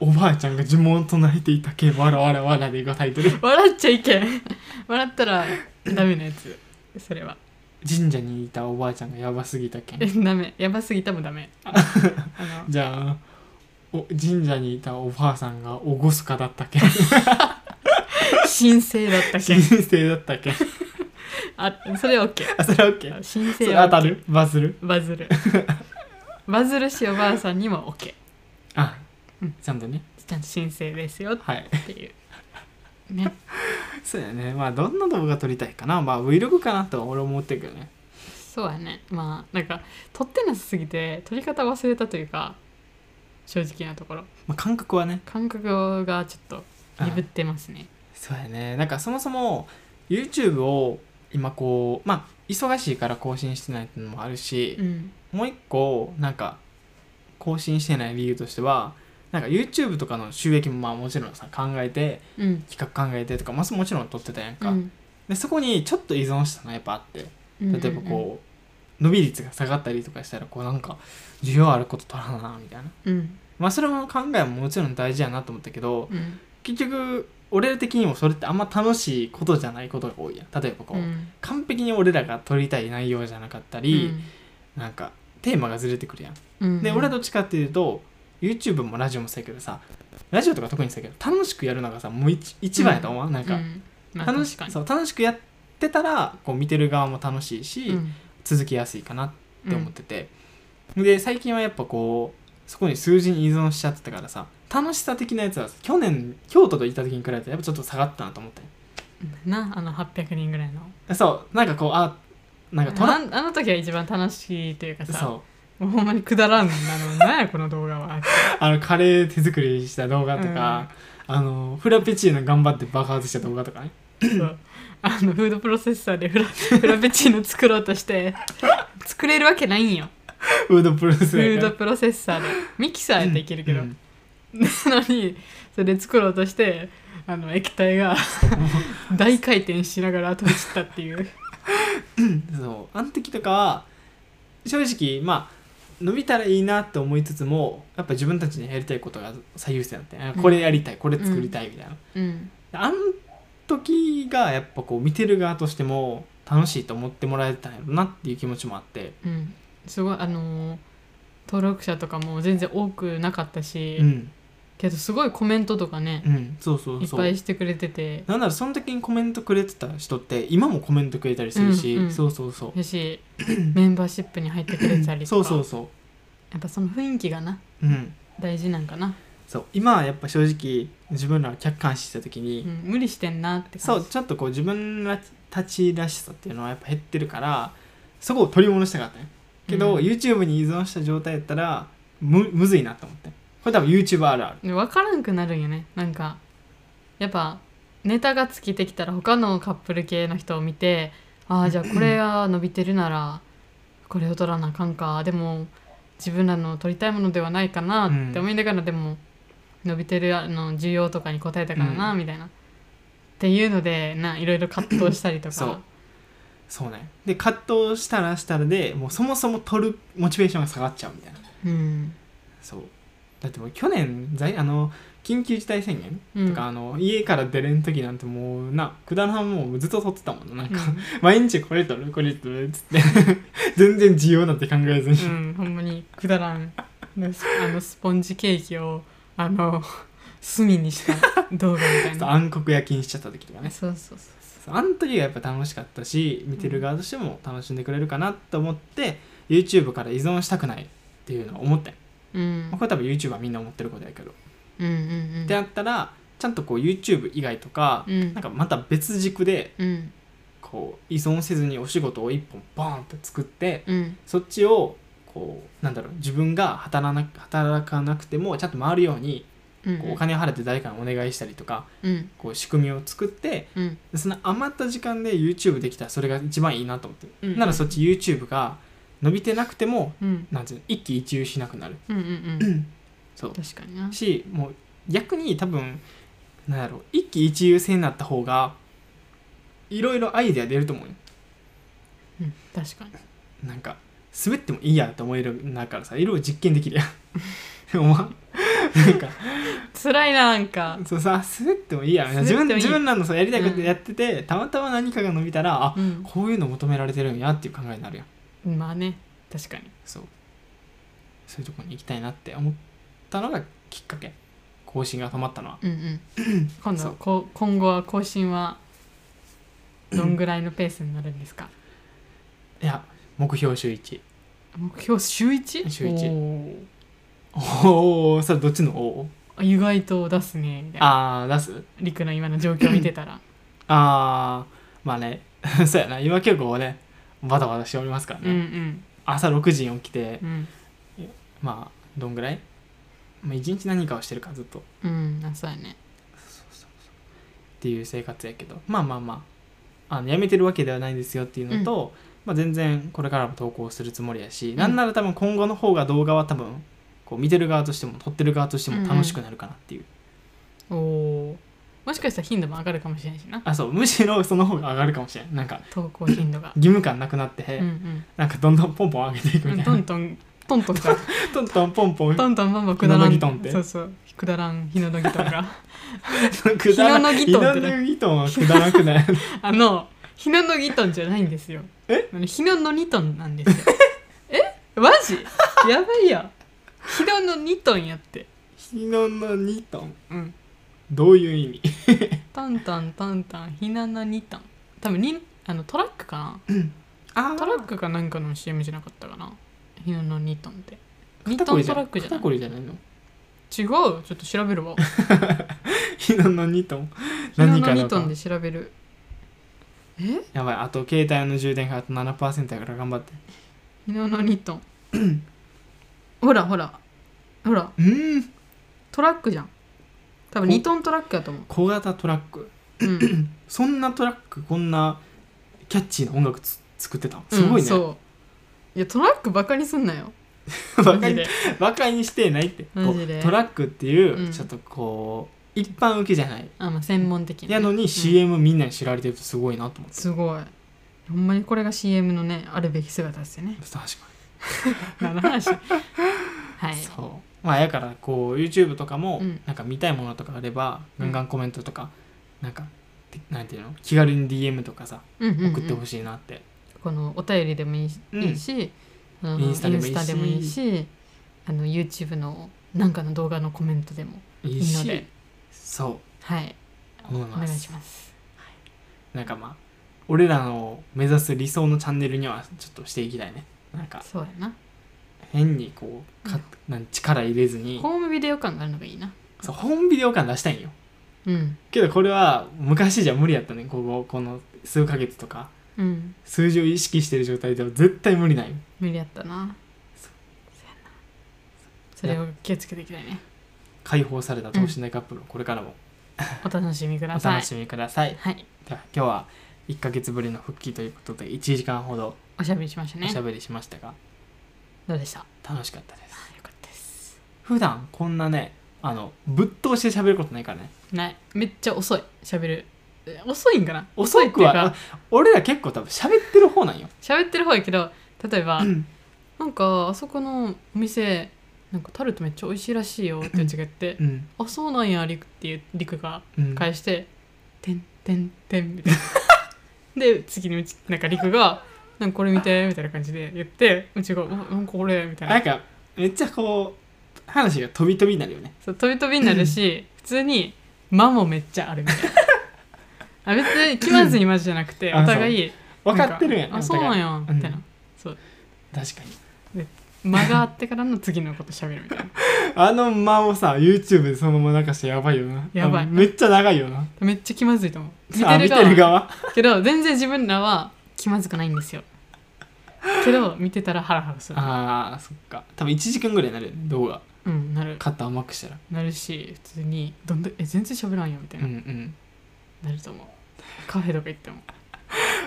[SPEAKER 1] おばあちゃんが呪文を唱えていたけ、わらわらわらでがタイトル。
[SPEAKER 2] 笑っちゃいけん笑ったらダメなやつそれは
[SPEAKER 1] 神社にいたおばあちゃんがやばすぎたけ
[SPEAKER 2] え
[SPEAKER 1] ん。
[SPEAKER 2] ダメやばすぎたもダメあの
[SPEAKER 1] じゃあ、お神社にいたおばあさんがおごすかだったけん。
[SPEAKER 2] 神聖だったけ
[SPEAKER 1] 神
[SPEAKER 2] ん
[SPEAKER 1] 聖だったけん。
[SPEAKER 2] あそれ OK
[SPEAKER 1] あ、それは OK。
[SPEAKER 2] 神
[SPEAKER 1] そ
[SPEAKER 2] 聖
[SPEAKER 1] れ
[SPEAKER 2] は
[SPEAKER 1] 当
[SPEAKER 2] OK
[SPEAKER 1] たるバズる
[SPEAKER 2] バズるバズるしおばあさんにも OK
[SPEAKER 1] あ
[SPEAKER 2] うん、
[SPEAKER 1] ちゃんとね。
[SPEAKER 2] ちゃんと神聖ですよ
[SPEAKER 1] はい。
[SPEAKER 2] っていうね
[SPEAKER 1] そうやね。まあ、どんな動画撮りたいかな。まあ、Vlog かなとは俺思ってるけどね。
[SPEAKER 2] そうやねまあなんか取ってなさすぎて取り方忘れたというか正直なところ
[SPEAKER 1] まあ、感覚はね
[SPEAKER 2] 感覚がちょっと鈍ってますね
[SPEAKER 1] そうやねなんかそもそも YouTube を今こうまあ忙しいから更新してないっていうのもあるし
[SPEAKER 2] う、ん
[SPEAKER 1] もう一個なんか更新してない理由としてはなんか YouTube とかの収益もまあもちろんさ考えて
[SPEAKER 2] うん
[SPEAKER 1] 企画考えてとか、まあ、もちろん撮ってたやん
[SPEAKER 2] う
[SPEAKER 1] か、
[SPEAKER 2] ん
[SPEAKER 1] でそこにちょっと依存したのやっぱあって
[SPEAKER 2] うん
[SPEAKER 1] 例えばこう伸び率が下がったりとかしたらこうなんか需要あること取らなみたいな
[SPEAKER 2] うん
[SPEAKER 1] まあそれも考えももちろん大事やなと思ったけど
[SPEAKER 2] うん
[SPEAKER 1] 結局俺ら的にもそれってあんま楽しいことじゃないことが多いやん例えばこ
[SPEAKER 2] う
[SPEAKER 1] う、
[SPEAKER 2] ん
[SPEAKER 1] 完璧に俺らが撮りたい内容じゃなかったり、なんかテーマがずれてくるやん
[SPEAKER 2] うん
[SPEAKER 1] で俺はどっちかっていうと YouTube もラジオもそうやけどさラジオとか特にそうやけど楽しくやるのがさもう一一番やと思う、なんか、
[SPEAKER 2] うんまあ
[SPEAKER 1] 楽し
[SPEAKER 2] 確かに
[SPEAKER 1] そう楽しくやってたらこう見てる側も楽しいし、
[SPEAKER 2] うん
[SPEAKER 1] 続きやすいかなって思ってて、で最近はやっぱこうそこに数字に依存しちゃってたからさ楽しさ的なやつはさ去年京都と行った時に比べてやっぱちょっと下がったなと思ったよ
[SPEAKER 2] うんなあの800人ぐらいの
[SPEAKER 1] そうなんかこうあなんかトラ
[SPEAKER 2] あんあの時は一番楽しいというかさ
[SPEAKER 1] そう
[SPEAKER 2] もうほんまにくだらんなの なんやこの動画は
[SPEAKER 1] あのカレー手作りした動画とか、あのフラペチーノ頑張って爆発した動画とかね
[SPEAKER 2] そうあのフードプロセッサ ーでフラフラペチーノ作ろうとして作れるわけないんよ
[SPEAKER 1] フードプロセス
[SPEAKER 2] フードプロセッサーでミキサーやったらいけるけど、な のにそれ作ろうとしてあの液 体が大回転しながら飛び散ったっていう
[SPEAKER 1] そうあの時とかは正直まあ伸びたらいいなって思いつつもやっぱ自分たちにやりたいことが最優先だったよね
[SPEAKER 2] うん
[SPEAKER 1] これやりたいこれ作りたいみたいな、
[SPEAKER 2] うん
[SPEAKER 1] あの時がやっぱこう見てる側としても楽しいと思ってもらえたんやろなっていう気持ちもあって、
[SPEAKER 2] うんすごいあのー登録者とかも全然多くなかったし、
[SPEAKER 1] うん
[SPEAKER 2] けどすごいコメントとかね
[SPEAKER 1] うんそうそう
[SPEAKER 2] いっ
[SPEAKER 1] そう
[SPEAKER 2] ぱいしてくれてて
[SPEAKER 1] なんならその時にコメントくれてた人って今もコメントくれたりするし、
[SPEAKER 2] うんうん
[SPEAKER 1] そうそうそう
[SPEAKER 2] やし メンバーシップに入ってくれたり
[SPEAKER 1] そ
[SPEAKER 2] と
[SPEAKER 1] う
[SPEAKER 2] か
[SPEAKER 1] そうそ
[SPEAKER 2] やっぱその雰囲気がな
[SPEAKER 1] ううん
[SPEAKER 2] 大事なんかな、
[SPEAKER 1] そう今はやっぱ正直自分らを客観視した時に、
[SPEAKER 2] うん、無理してんなって
[SPEAKER 1] そ
[SPEAKER 2] 感
[SPEAKER 1] う
[SPEAKER 2] じ
[SPEAKER 1] ちょっとこう自分たちらしさっていうのはやっぱ減ってるからそこを取り戻したかったねけど、
[SPEAKER 2] うん
[SPEAKER 1] YouTube に依存した状態やったらむむずいなと思ってこれ多分 YouTube あるある
[SPEAKER 2] で分からんくなるんよねなんかやっぱネタが尽きてきたら他のカップル系の人を見てああじゃあこれが伸びてるならこれを取らなあかんかでも自分らの取りたいものではないかなって思いながら、でも伸びてるあの需要とかに応えたからな、
[SPEAKER 1] う
[SPEAKER 2] みたいなっていうのでないろいろ葛藤したりと
[SPEAKER 1] そう
[SPEAKER 2] か
[SPEAKER 1] そうねで葛藤したらしたらでもうそもそも取るモチベーションが下がっちゃうみたいな
[SPEAKER 2] うん
[SPEAKER 1] そうだってもう去年在あの緊急事態宣言
[SPEAKER 2] うん
[SPEAKER 1] とか、あの家から出れん時なんてもうなくだらんもうずっと撮ってたもんななん
[SPEAKER 2] う
[SPEAKER 1] か、
[SPEAKER 2] ん
[SPEAKER 1] 毎日これ撮るこれ撮るっつって 全然需要なんて考えずに、
[SPEAKER 2] うん、ほんまにくだらんのスあのスポンジケーキを あの炭にした動画みたいな
[SPEAKER 1] 暗黒夜勤しちゃった時とかね
[SPEAKER 2] そうそうそう
[SPEAKER 1] そうあの時がやっぱ楽しかったし見てる側としても楽しんでくれるかなと思って、YouTube から依存したくないっていうのを思ってん、
[SPEAKER 2] うん
[SPEAKER 1] まあこれ多分 YouTube はみんな思ってることやけど、
[SPEAKER 2] うんうんうん
[SPEAKER 1] であったらちゃんとこう YouTube 以外とか、
[SPEAKER 2] うん
[SPEAKER 1] なんかまた別軸で
[SPEAKER 2] うん
[SPEAKER 1] こう依存せずにお仕事を一本バーンと作って
[SPEAKER 2] うん
[SPEAKER 1] そっちをこうなんだろう自分が働な働かなくてもちゃんと回るように
[SPEAKER 2] うん
[SPEAKER 1] こうお金を払って誰かにお願いしたりとか
[SPEAKER 2] うん
[SPEAKER 1] こう仕組みを作って
[SPEAKER 2] うん
[SPEAKER 1] でその余った時間で YouTube できたらそれが一番いいなと思ってる、
[SPEAKER 2] うん
[SPEAKER 1] ならそっち YouTube が伸びてなくても
[SPEAKER 2] うん
[SPEAKER 1] なんていうの一喜一憂しなくなる
[SPEAKER 2] うんうんうん
[SPEAKER 1] そう
[SPEAKER 2] 確かにな
[SPEAKER 1] しもう逆に多分なんだろう一喜一憂制になった方がいろいろアイデア出ると思うよ
[SPEAKER 2] うん確かに
[SPEAKER 1] なんか滑ってもいいやと思えるようになるからさいろいろ実験できるやん お前なんか
[SPEAKER 2] 辛いななんか
[SPEAKER 1] そうさ滑ってもいいやん
[SPEAKER 2] 滑って
[SPEAKER 1] 自
[SPEAKER 2] もいい
[SPEAKER 1] 分自分らのさやりたいこと
[SPEAKER 2] うん
[SPEAKER 1] やってて、たまたま何かが伸びたらあ
[SPEAKER 2] うん
[SPEAKER 1] こういうの求められてるんやっていう考えになるやん
[SPEAKER 2] まあね確かに
[SPEAKER 1] そうそういうとこに行きたいなって思ったのがきっかけ更新が止まったのは
[SPEAKER 2] うん うん今度
[SPEAKER 1] そ
[SPEAKER 2] は
[SPEAKER 1] う
[SPEAKER 2] こう今後は更新はどんぐらいのペースになるんですか
[SPEAKER 1] いや目標週1
[SPEAKER 2] 目標週 1?
[SPEAKER 1] 週一
[SPEAKER 2] おー
[SPEAKER 1] おおそれどっちのおー
[SPEAKER 2] あ意外と出すねみたいな
[SPEAKER 1] あー出す
[SPEAKER 2] り くの今の状況見てたら
[SPEAKER 1] あーまあねそうやな今結構ねわだわだしておりますから
[SPEAKER 2] う
[SPEAKER 1] ね、
[SPEAKER 2] ん
[SPEAKER 1] 朝6時に起きて
[SPEAKER 2] うんうん
[SPEAKER 1] まあどんぐらい、まあ、一日何かをしてるかずっとっ
[SPEAKER 2] うんあそうやね
[SPEAKER 1] ていう生活やけどまあまあまああのやめてるわけではないですよっていうのと、まあ、全然これからも投稿するつもりやし、
[SPEAKER 2] ん
[SPEAKER 1] なんなら多分今後の方が動画は多分こう見てる側としても撮ってる側としても楽しくなるかなっていう、
[SPEAKER 2] おおもしかしたら頻度も上がるかもしれないしな
[SPEAKER 1] あそうむしろその方が上がるかもしれないなんか
[SPEAKER 2] 投稿 頻度が
[SPEAKER 1] 義務感なくなって、
[SPEAKER 2] うん
[SPEAKER 1] なんかどんどんポンポン上げていく
[SPEAKER 2] う
[SPEAKER 1] み
[SPEAKER 2] ん
[SPEAKER 1] たい
[SPEAKER 2] ト
[SPEAKER 1] な、
[SPEAKER 2] ントントントン が
[SPEAKER 1] トントンポンポン
[SPEAKER 2] トントンバンバンくだ
[SPEAKER 1] ひの
[SPEAKER 2] ら
[SPEAKER 1] の
[SPEAKER 2] ん
[SPEAKER 1] ぎトンって
[SPEAKER 2] そうそうくだらんひののぎトンが
[SPEAKER 1] くだら
[SPEAKER 2] ひののぎトンっ
[SPEAKER 1] ひ
[SPEAKER 2] て
[SPEAKER 1] ののぎトンはくだらなくない
[SPEAKER 2] あのひののぎトンじゃないんですよ
[SPEAKER 1] え
[SPEAKER 2] あのひののにトンなんで すよえマジやばいやひののにトンやって
[SPEAKER 1] ひののにトン
[SPEAKER 2] うん
[SPEAKER 1] どういう意味
[SPEAKER 2] トントントントンひなのにトン多分にあのトラックか
[SPEAKER 1] あ
[SPEAKER 2] なトラックかなんかの CM じゃなかったかなひなのにトンってニ
[SPEAKER 1] 肩こ
[SPEAKER 2] トン
[SPEAKER 1] りじ
[SPEAKER 2] ト
[SPEAKER 1] ゃな
[SPEAKER 2] ラ
[SPEAKER 1] い
[SPEAKER 2] ックじゃない
[SPEAKER 1] 肩こりじゃないの
[SPEAKER 2] 違うちょっと調べるわ
[SPEAKER 1] ひののにトン
[SPEAKER 2] ひ な
[SPEAKER 1] 何か
[SPEAKER 2] の
[SPEAKER 1] の
[SPEAKER 2] にトンで調べるえ
[SPEAKER 1] やばいあと携帯の充電があと7%やから頑張って
[SPEAKER 2] ひなのにト ンほらほらほら
[SPEAKER 1] うーん
[SPEAKER 2] トラックじゃん多分
[SPEAKER 1] こ
[SPEAKER 2] 2トントラックやと思う
[SPEAKER 1] 小型トラック
[SPEAKER 2] うん、
[SPEAKER 1] そんなトラックこんなキャッチーな音楽つ作ってたのすご
[SPEAKER 2] う
[SPEAKER 1] いね、
[SPEAKER 2] んそういやトラックバカにすんな よ
[SPEAKER 1] バ
[SPEAKER 2] マ
[SPEAKER 1] カに
[SPEAKER 2] ジで
[SPEAKER 1] バカにしてないってこ
[SPEAKER 2] マジ
[SPEAKER 1] う
[SPEAKER 2] で
[SPEAKER 1] トラックっていう、
[SPEAKER 2] うん
[SPEAKER 1] ちょっとこう一般受けじゃない
[SPEAKER 2] あまあ専門的なね
[SPEAKER 1] やのに CM みんなに知られてるとすごいなと思って、
[SPEAKER 2] すごいほんまにこれが CM のねあるべき姿です よね
[SPEAKER 1] 確かに
[SPEAKER 2] 何の話 はい
[SPEAKER 1] そうまあやからこう YouTube とかも
[SPEAKER 2] うん
[SPEAKER 1] なんか見たいものとかあれば、
[SPEAKER 2] う
[SPEAKER 1] ガ
[SPEAKER 2] ん
[SPEAKER 1] ンガンコメントとかなんかてなんていうの気軽に DM とかさ
[SPEAKER 2] うんうんうん
[SPEAKER 1] 送ってほしいなって、
[SPEAKER 2] このお便りでもいいし、
[SPEAKER 1] うん
[SPEAKER 2] いいしあの
[SPEAKER 1] インスタでもいいし
[SPEAKER 2] インスタでもいいしあの YouTube のなんかの動画のコメントでも
[SPEAKER 1] いい
[SPEAKER 2] いい
[SPEAKER 1] し
[SPEAKER 2] ので
[SPEAKER 1] そ
[SPEAKER 2] はい、
[SPEAKER 1] う思い
[SPEAKER 2] お
[SPEAKER 1] ま
[SPEAKER 2] 願い
[SPEAKER 1] す
[SPEAKER 2] します
[SPEAKER 1] なんかまあ俺らの目指す理想のチャンネルにはちょっとしていきたいねなんか
[SPEAKER 2] そうやな
[SPEAKER 1] 変にこうかなん力入れずに
[SPEAKER 2] ホームビデオ感があるのがいいな
[SPEAKER 1] そうホームビデオ感出したいんよ
[SPEAKER 2] うん
[SPEAKER 1] けどこれは昔じゃ無理やったねこここの数ヶ月とか
[SPEAKER 2] うん
[SPEAKER 1] 数字を意識してる状態では絶対無理ないよ
[SPEAKER 2] 無理やったなそ
[SPEAKER 1] そうや
[SPEAKER 2] うや
[SPEAKER 1] な
[SPEAKER 2] なそれを気をつけていきたいね
[SPEAKER 1] 解放された等身大カップルをこれからも
[SPEAKER 2] お楽しみくだ
[SPEAKER 1] お
[SPEAKER 2] さい
[SPEAKER 1] 楽しみください、
[SPEAKER 2] はい
[SPEAKER 1] では今日は1ヶ月ぶりの復帰ということで1時間ほど
[SPEAKER 2] おしゃべりしました
[SPEAKER 1] お
[SPEAKER 2] ね
[SPEAKER 1] しゃべりしましたが、
[SPEAKER 2] どうでしたあ
[SPEAKER 1] 楽しかったです
[SPEAKER 2] よかったです
[SPEAKER 1] 普段こんなねあのぶっ通して喋ることないからね
[SPEAKER 2] ないめっちゃ遅いしゃべるえ遅いんかな
[SPEAKER 1] 遅
[SPEAKER 2] いっ
[SPEAKER 1] く
[SPEAKER 2] ていう
[SPEAKER 1] は
[SPEAKER 2] か
[SPEAKER 1] あ俺ら結構多分喋ってる方なんよ
[SPEAKER 2] 喋ってる方やけど例えば、
[SPEAKER 1] ん
[SPEAKER 2] なんかあそこのお店なんかタルトめっちゃ美味しいらしいよって言って、
[SPEAKER 1] うん
[SPEAKER 2] あそうなんやリクっていうリクが
[SPEAKER 1] うん
[SPEAKER 2] 返して「てんてんてん」みたいなで次にうちなんかリクが「なんかこれ見て」みたいな感じで言ってうちが「おなんかこれ」みたい
[SPEAKER 1] な
[SPEAKER 2] なん
[SPEAKER 1] かめっちゃこう話が飛び飛びになるよね
[SPEAKER 2] そう飛び飛びになるし普通に間もめっちゃあるみ たいなあ別に気まずいマジじゃなくて
[SPEAKER 1] あ
[SPEAKER 2] お互い
[SPEAKER 1] 分かってるんや
[SPEAKER 2] な
[SPEAKER 1] ね
[SPEAKER 2] んかあそうなんや
[SPEAKER 1] お互
[SPEAKER 2] みたいな
[SPEAKER 1] 確かに
[SPEAKER 2] 間があってからの次のこと喋るみたいな
[SPEAKER 1] あの間をさ YouTube でそのまま流してやばいよな
[SPEAKER 2] やばい
[SPEAKER 1] あのめっちゃ長いよな
[SPEAKER 2] めっちゃ気まずいと思う 見
[SPEAKER 1] あ
[SPEAKER 2] て
[SPEAKER 1] 見
[SPEAKER 2] る
[SPEAKER 1] てる
[SPEAKER 2] 側
[SPEAKER 1] 側
[SPEAKER 2] けど全然自分らは気まずくないんですよけど見てたらハラハラする
[SPEAKER 1] あーそっか多分1時間ぐらいになるよね動画
[SPEAKER 2] うんなる
[SPEAKER 1] 肩甘くしたら
[SPEAKER 2] なるし普通にどんどんえ全然喋らんよみた
[SPEAKER 1] う
[SPEAKER 2] い
[SPEAKER 1] んうん
[SPEAKER 2] な、なると思うカフェとか行っても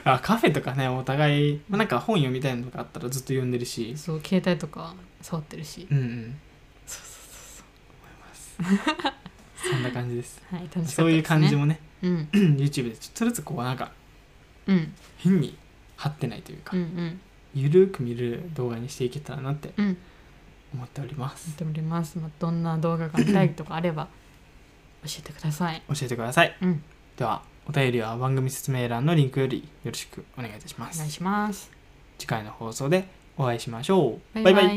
[SPEAKER 1] あカフェとかねお互い、まあ、なんか本読みたいのとかあったらずっと読んでるし
[SPEAKER 2] そう携帯とか触ってるし
[SPEAKER 1] うんうん
[SPEAKER 2] そうそう
[SPEAKER 1] そんな感じです
[SPEAKER 2] そうそうはい楽しかったですね
[SPEAKER 1] そういう感じもね
[SPEAKER 2] うん
[SPEAKER 1] YouTube でちょっとずつこうなんか
[SPEAKER 2] うん
[SPEAKER 1] 変に張ってないというか、
[SPEAKER 2] うんうん
[SPEAKER 1] ゆるく見る動画にしていけたらなって
[SPEAKER 2] うん
[SPEAKER 1] 思っております
[SPEAKER 2] 見ております、まあ、どんな動画が見たいとかあれば教えてください
[SPEAKER 1] 教えてください、
[SPEAKER 2] うん
[SPEAKER 1] ではお便りは番組説明欄のリンクよりよろしくお願いいたしま
[SPEAKER 2] お願い
[SPEAKER 1] す
[SPEAKER 2] します
[SPEAKER 1] 次回の放送でお会いしましょう
[SPEAKER 2] バイバイ
[SPEAKER 1] バイバイ